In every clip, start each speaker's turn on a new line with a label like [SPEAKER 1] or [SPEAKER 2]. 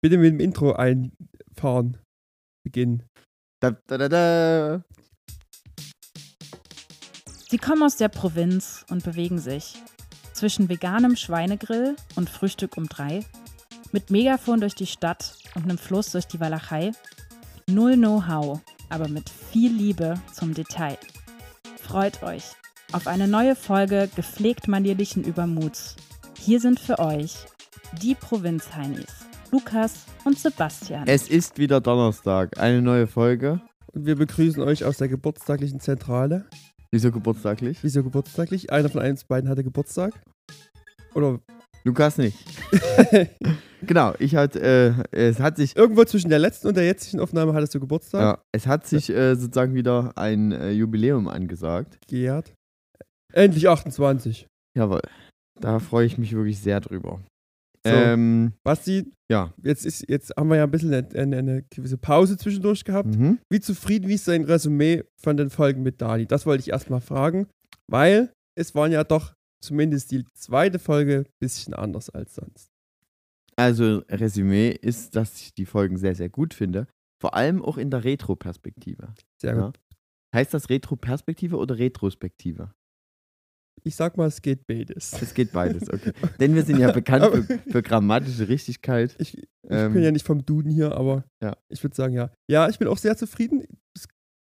[SPEAKER 1] Bitte mit dem Intro einfahren. Beginnen.
[SPEAKER 2] Da, da, da, da.
[SPEAKER 3] Sie kommen aus der Provinz und bewegen sich zwischen veganem Schweinegrill und Frühstück um drei, mit Megafon durch die Stadt und einem Fluss durch die Walachei. Null Know-how, aber mit viel Liebe zum Detail. Freut euch auf eine neue Folge gepflegt manierlichen Übermuts. Hier sind für euch die Provinzheinis, Lukas und Sebastian.
[SPEAKER 2] Es ist wieder Donnerstag, eine neue Folge.
[SPEAKER 1] Und wir begrüßen euch aus der geburtstaglichen Zentrale.
[SPEAKER 2] Wieso geburtstaglich?
[SPEAKER 1] Wieso geburtstaglich? Einer von uns beiden hatte Geburtstag. Oder
[SPEAKER 2] Lukas nicht. genau, ich hat, äh, es hat sich,
[SPEAKER 1] irgendwo zwischen der letzten und der jetzigen Aufnahme hattest du Geburtstag.
[SPEAKER 2] ja, es hat sich äh, sozusagen wieder ein äh, Jubiläum angesagt.
[SPEAKER 1] Gerd. Endlich 28.
[SPEAKER 2] Jawohl. Da freue ich mich wirklich sehr drüber.
[SPEAKER 1] So.
[SPEAKER 2] Ähm,
[SPEAKER 1] Basti,
[SPEAKER 2] ja.
[SPEAKER 1] jetzt, ist, jetzt haben wir ja ein bisschen eine, eine, eine gewisse Pause zwischendurch gehabt.
[SPEAKER 2] Mhm.
[SPEAKER 1] Wie zufrieden ist dein Resümee von den Folgen mit Dani? Das wollte ich erstmal fragen, weil es waren ja doch zumindest die zweite Folge ein bisschen anders als sonst.
[SPEAKER 2] Also, Resümee ist, dass ich die Folgen sehr, sehr gut finde. Vor allem auch in der Retro-Perspektive.
[SPEAKER 1] Sehr gut.
[SPEAKER 2] Ja. Heißt das Retro-Perspektive oder Retrospektive?
[SPEAKER 1] Ich sag mal, es geht beides.
[SPEAKER 2] Es geht beides, okay. Denn wir sind ja bekannt
[SPEAKER 1] Aber-
[SPEAKER 2] für, für grammatische Richtigkeit.
[SPEAKER 1] Ich, ich
[SPEAKER 2] Ähm.
[SPEAKER 1] bin ja nicht vom Duden hier, aber
[SPEAKER 2] Ja.
[SPEAKER 1] ich würde sagen, ja. Ja, ich bin auch sehr zufrieden. Es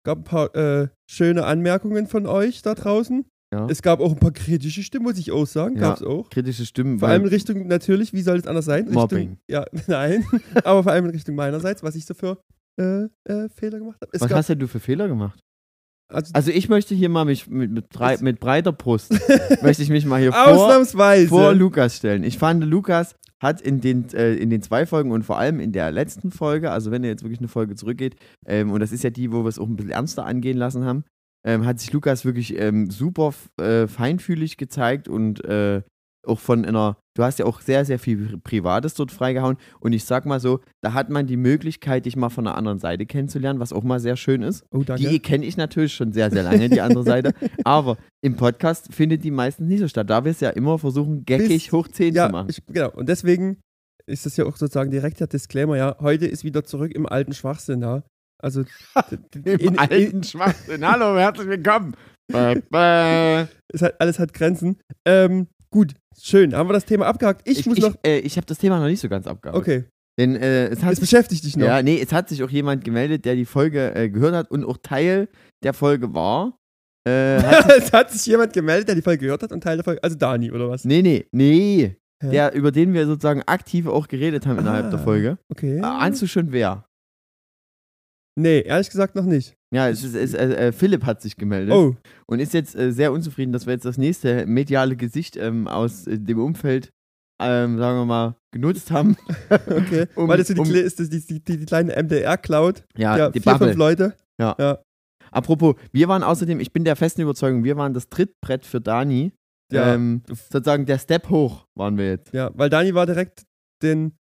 [SPEAKER 1] gab ein paar äh, schöne Anmerkungen von euch da draußen.
[SPEAKER 2] Ja.
[SPEAKER 1] Es gab auch ein paar kritische Stimmen, muss ich auch sagen.
[SPEAKER 2] Ja.
[SPEAKER 1] Gab es auch.
[SPEAKER 2] Kritische Stimmen,
[SPEAKER 1] Vor
[SPEAKER 2] weil
[SPEAKER 1] allem in Richtung, natürlich, wie soll es anders sein?
[SPEAKER 2] Mobbing.
[SPEAKER 1] Richtung, ja, nein. aber vor allem in Richtung meinerseits, was ich so für äh, äh, Fehler gemacht habe. Es
[SPEAKER 2] Was
[SPEAKER 1] gab-
[SPEAKER 2] hast denn du für Fehler gemacht?
[SPEAKER 1] also,
[SPEAKER 2] Also ich möchte hier mal mich mit, mit, brei
[SPEAKER 1] Jetzt-
[SPEAKER 2] mit breiter Brust, möchte ich mich mal hier vor,
[SPEAKER 1] ausnahmsweise.
[SPEAKER 2] vor Lukas stellen. Ich fand, Lukas hat in den, äh, in den zwei Folgen und vor allem in der letzten Folge, also wenn ihr jetzt wirklich eine Folge zurückgeht, ähm, und das ist ja die, wo wir es auch ein bisschen ernster angehen lassen haben, ähm, hat sich Lukas wirklich ähm, super f- äh, feinfühlig gezeigt und äh, auch von einer, du hast ja auch sehr, sehr viel Pri- Privates dort freigehauen und ich sag mal so, da hat man die Möglichkeit, dich mal von der anderen Seite kennenzulernen, was auch mal sehr schön ist.
[SPEAKER 1] oh, danke.
[SPEAKER 2] Die kenne ich natürlich schon sehr, sehr lange, die andere Seite. Aber im Podcast findet die meistens nicht so statt, da wir es ja immer versuchen, geckig
[SPEAKER 1] Bis-
[SPEAKER 2] hoch 10 zu
[SPEAKER 1] ja,
[SPEAKER 2] machen.
[SPEAKER 1] ich, genau. Und deswegen ist das ja auch sozusagen direkt der Disclaimer, ja. Heute ist wieder zurück im alten Schwachsinn, ja. Also, in- in-
[SPEAKER 2] Schwachsinn. Hallo, herzlich willkommen. Bäh, bäh.
[SPEAKER 1] es hat, alles hat Grenzen. Ähm, gut, schön. Haben wir das Thema abgehakt? Ich,
[SPEAKER 2] Ich,
[SPEAKER 1] muss
[SPEAKER 2] ich,
[SPEAKER 1] noch.
[SPEAKER 2] äh, ich habe das Thema noch nicht so ganz abgearbeitet.
[SPEAKER 1] Okay,
[SPEAKER 2] Denn äh, es hat
[SPEAKER 1] es beschäftigt dich noch.
[SPEAKER 2] Ja, nee, es hat sich auch jemand gemeldet, der die Folge äh, gehört hat und auch Teil der Folge war. Äh, hat,
[SPEAKER 1] es hat sich jemand gemeldet, der die Folge gehört hat und Teil der Folge. Also Dani, oder was?
[SPEAKER 2] nee, nee, nee.
[SPEAKER 1] Hä?
[SPEAKER 2] Der, über den wir sozusagen aktiv auch geredet haben innerhalb
[SPEAKER 1] Ah.
[SPEAKER 2] der Folge.
[SPEAKER 1] Okay.
[SPEAKER 2] Äh, ahnst du schon wer?
[SPEAKER 1] Nee, ehrlich gesagt noch nicht.
[SPEAKER 2] Ja, es ist, es, äh, äh, Philipp hat sich gemeldet
[SPEAKER 1] Oh,
[SPEAKER 2] und ist jetzt äh, sehr unzufrieden, dass wir jetzt das nächste mediale Gesicht ähm, aus äh, dem Umfeld, ähm, sagen wir mal, genutzt haben.
[SPEAKER 1] okay.
[SPEAKER 2] Um-
[SPEAKER 1] Weil das so die,
[SPEAKER 2] um-
[SPEAKER 1] Kle- ist das die, die, die, die kleine MDR-Cloud.
[SPEAKER 2] Ja,
[SPEAKER 1] Ja,
[SPEAKER 2] die
[SPEAKER 1] vier, fünf
[SPEAKER 2] Bubble.
[SPEAKER 1] Leute.
[SPEAKER 2] Apropos, wir waren außerdem, ich bin der festen Überzeugung, wir waren das Trittbrett für Dani.
[SPEAKER 1] Ja.
[SPEAKER 2] Ähm, sozusagen der Step hoch waren wir jetzt.
[SPEAKER 1] Ja, weil Dani war direkt den,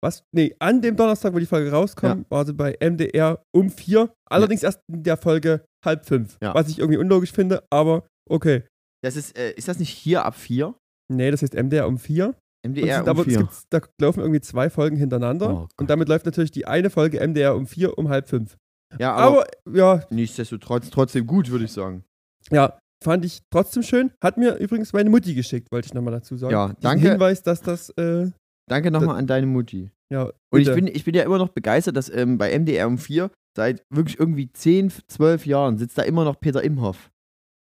[SPEAKER 1] was? Nee, an dem Donnerstag, wo die Folge rauskam, war sie bei MDR um vier. Allerdings erst in der Folge halb fünf.
[SPEAKER 2] Ja.
[SPEAKER 1] Was ich irgendwie unlogisch finde, aber okay.
[SPEAKER 2] Das ist, äh, ist das nicht hier ab 4?
[SPEAKER 1] Nee, das heißt MDR um vier. Und es
[SPEAKER 2] MDR
[SPEAKER 1] sind aber
[SPEAKER 2] um
[SPEAKER 1] es
[SPEAKER 2] 4.
[SPEAKER 1] gibt's- da laufen irgendwie zwei Folgen
[SPEAKER 2] Oh
[SPEAKER 1] hintereinander.
[SPEAKER 2] Gott.
[SPEAKER 1] und damit läuft natürlich die eine Folge MDR um vier um halb fünf.
[SPEAKER 2] Ja, aber,
[SPEAKER 1] Aber, ja,
[SPEAKER 2] nichtsdestotrotz trotzdem gut, würde ich sagen.
[SPEAKER 1] ja, fand ich trotzdem schön. Hat mir übrigens meine Mutti geschickt, wollte ich nochmal dazu sagen.
[SPEAKER 2] Ja,
[SPEAKER 1] Diesen
[SPEAKER 2] danke.
[SPEAKER 1] Hinweis, dass das, äh,
[SPEAKER 2] Danke nochmal an deine Mutti.
[SPEAKER 1] ja.
[SPEAKER 2] Und ich
[SPEAKER 1] bitte.
[SPEAKER 2] bin, ich bin ja immer noch begeistert, dass ähm, bei MDR um 4 seit wirklich irgendwie 10, 12 Jahren sitzt da immer noch Peter Imhoff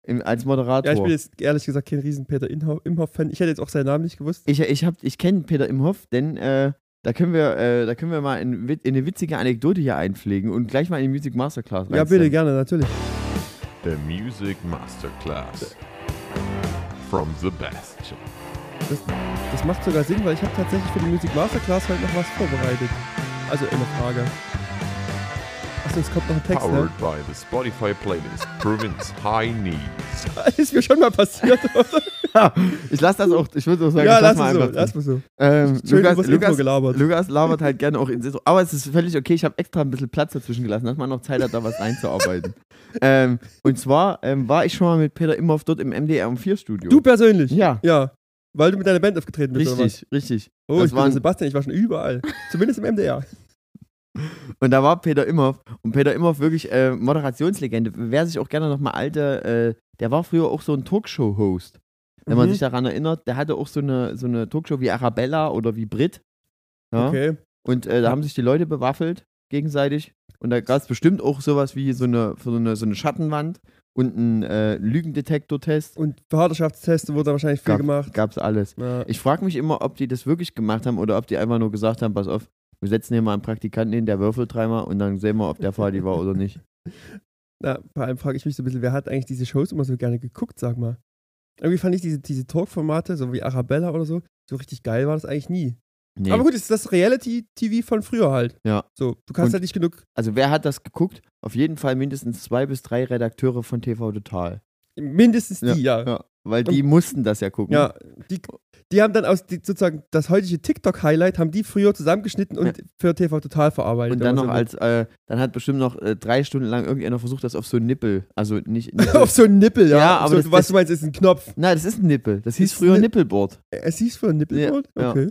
[SPEAKER 2] im, als Moderator.
[SPEAKER 1] Ja, ich bin jetzt ehrlich gesagt kein riesen Peter Inho- Imhoff-Fan. Ich hätte jetzt auch seinen Namen nicht gewusst.
[SPEAKER 2] ich, ich, hab- ich kenne Peter Imhoff, denn äh, da können wir, äh, da können wir mal in, wit- in eine witzige Anekdote hier einpflegen und gleich mal in die Music Masterclass
[SPEAKER 1] Ja, bitte, gerne, natürlich.
[SPEAKER 4] The Music Masterclass from the best.
[SPEAKER 1] Das, das macht sogar Sinn, weil ich habe tatsächlich für die Music Masterclass heute noch was vorbereitet. Also eine Frage. Achso, es kommt noch ein Text, ne?
[SPEAKER 4] Powered by the Spotify playlist Province High Needs.
[SPEAKER 1] Ist mir schon mal passiert. oder?
[SPEAKER 2] gerne. ich lasse das auch, ich würde auch sagen,
[SPEAKER 1] ja,
[SPEAKER 2] ich
[SPEAKER 1] lass
[SPEAKER 2] lass
[SPEAKER 1] es
[SPEAKER 2] mal
[SPEAKER 1] so,
[SPEAKER 2] einfach.
[SPEAKER 1] lass mal so.
[SPEAKER 2] ähm,
[SPEAKER 1] Schön
[SPEAKER 2] Lukas,
[SPEAKER 1] übers Intro
[SPEAKER 2] Lukas,
[SPEAKER 1] gelabert.
[SPEAKER 2] Lukas labert halt gerne auch ins Intro. Aber es ist völlig okay, ich habe extra ein bisschen Platz dazwischen gelassen, dass man noch Zeit hat, da was einzuarbeiten. ähm, und zwar ähm, war ich schon mal mit Peter Imhoff dort im MDR um 4 Studio.
[SPEAKER 1] du persönlich?
[SPEAKER 2] Ja.
[SPEAKER 1] Ja. Weil du mit deiner Band aufgetreten bist, oder was?
[SPEAKER 2] Richtig, richtig.
[SPEAKER 1] Oh,
[SPEAKER 2] Das
[SPEAKER 1] ich bin
[SPEAKER 2] waren-
[SPEAKER 1] der Sebastian, ich war schon überall. Zumindest im MDR.
[SPEAKER 2] Und da war Peter Imhoff. Und Peter Imhoff wirklich äh, Moderationslegende. Wer sich auch gerne nochmal alte, äh, der war früher auch so ein Talkshow-Host. Wenn man
[SPEAKER 1] Mhm.
[SPEAKER 2] sich daran erinnert, der hatte auch so eine, so eine Talkshow wie Arabella oder wie Brit. Ja?
[SPEAKER 1] Okay.
[SPEAKER 2] Und äh, da haben sich die Leute bewaffelt gegenseitig. Und da gab es bestimmt auch sowas wie so eine, so eine, so eine Schattenwand und einen äh, Lügendetektor-Test.
[SPEAKER 1] Und Vaterschaftsteste wurde da wahrscheinlich viel
[SPEAKER 2] Gab-
[SPEAKER 1] gemacht.
[SPEAKER 2] Gab's alles.
[SPEAKER 1] Ja.
[SPEAKER 2] Ich frage mich immer, ob die das wirklich gemacht haben oder ob die einfach nur gesagt haben, pass auf, wir setzen hier mal einen Praktikanten hin, der würfelt dreimal und dann sehen wir, ob der Fadi war oder nicht.
[SPEAKER 1] Na, vor allem frage ich mich so ein bisschen, wer hat eigentlich diese Shows immer so gerne geguckt, sag mal. Irgendwie fand ich diese, diese Talk-Formate, so wie Arabella oder so, so richtig geil war das eigentlich nie.
[SPEAKER 2] Nee.
[SPEAKER 1] Aber gut, es ist das Reality-TV von früher halt.
[SPEAKER 2] Ja.
[SPEAKER 1] So, du kannst
[SPEAKER 2] Und-
[SPEAKER 1] halt nicht genug,
[SPEAKER 2] Also wer hat das geguckt? Auf jeden Fall mindestens zwei bis drei Redakteure von TV Total.
[SPEAKER 1] mindestens die, ja.
[SPEAKER 2] Ja, weil die mussten das ja gucken.
[SPEAKER 1] Ja, die, die haben dann aus die, sozusagen das heutige TikTok-Highlight, haben die früher zusammengeschnitten und für TV total verarbeitet. Also wenn
[SPEAKER 2] Und dann noch
[SPEAKER 1] man
[SPEAKER 2] als, äh, dann hat bestimmt noch äh, drei Stunden lang irgendjemand versucht, das auf so einen Nippel. Also nicht.
[SPEAKER 1] so will.
[SPEAKER 2] Nippel.
[SPEAKER 1] Auf so einen Nippel, ja.
[SPEAKER 2] Ja, aber
[SPEAKER 1] so,
[SPEAKER 2] das-
[SPEAKER 1] was
[SPEAKER 2] das-
[SPEAKER 1] du meinst, ist ein Knopf.
[SPEAKER 2] Nein, das ist ein Nippel. Das hieß
[SPEAKER 1] Ist
[SPEAKER 2] früher
[SPEAKER 1] ein Nip-
[SPEAKER 2] Nippelboard.
[SPEAKER 1] Es hieß für ein Nippelboard?
[SPEAKER 2] Ja, ja.
[SPEAKER 1] okay.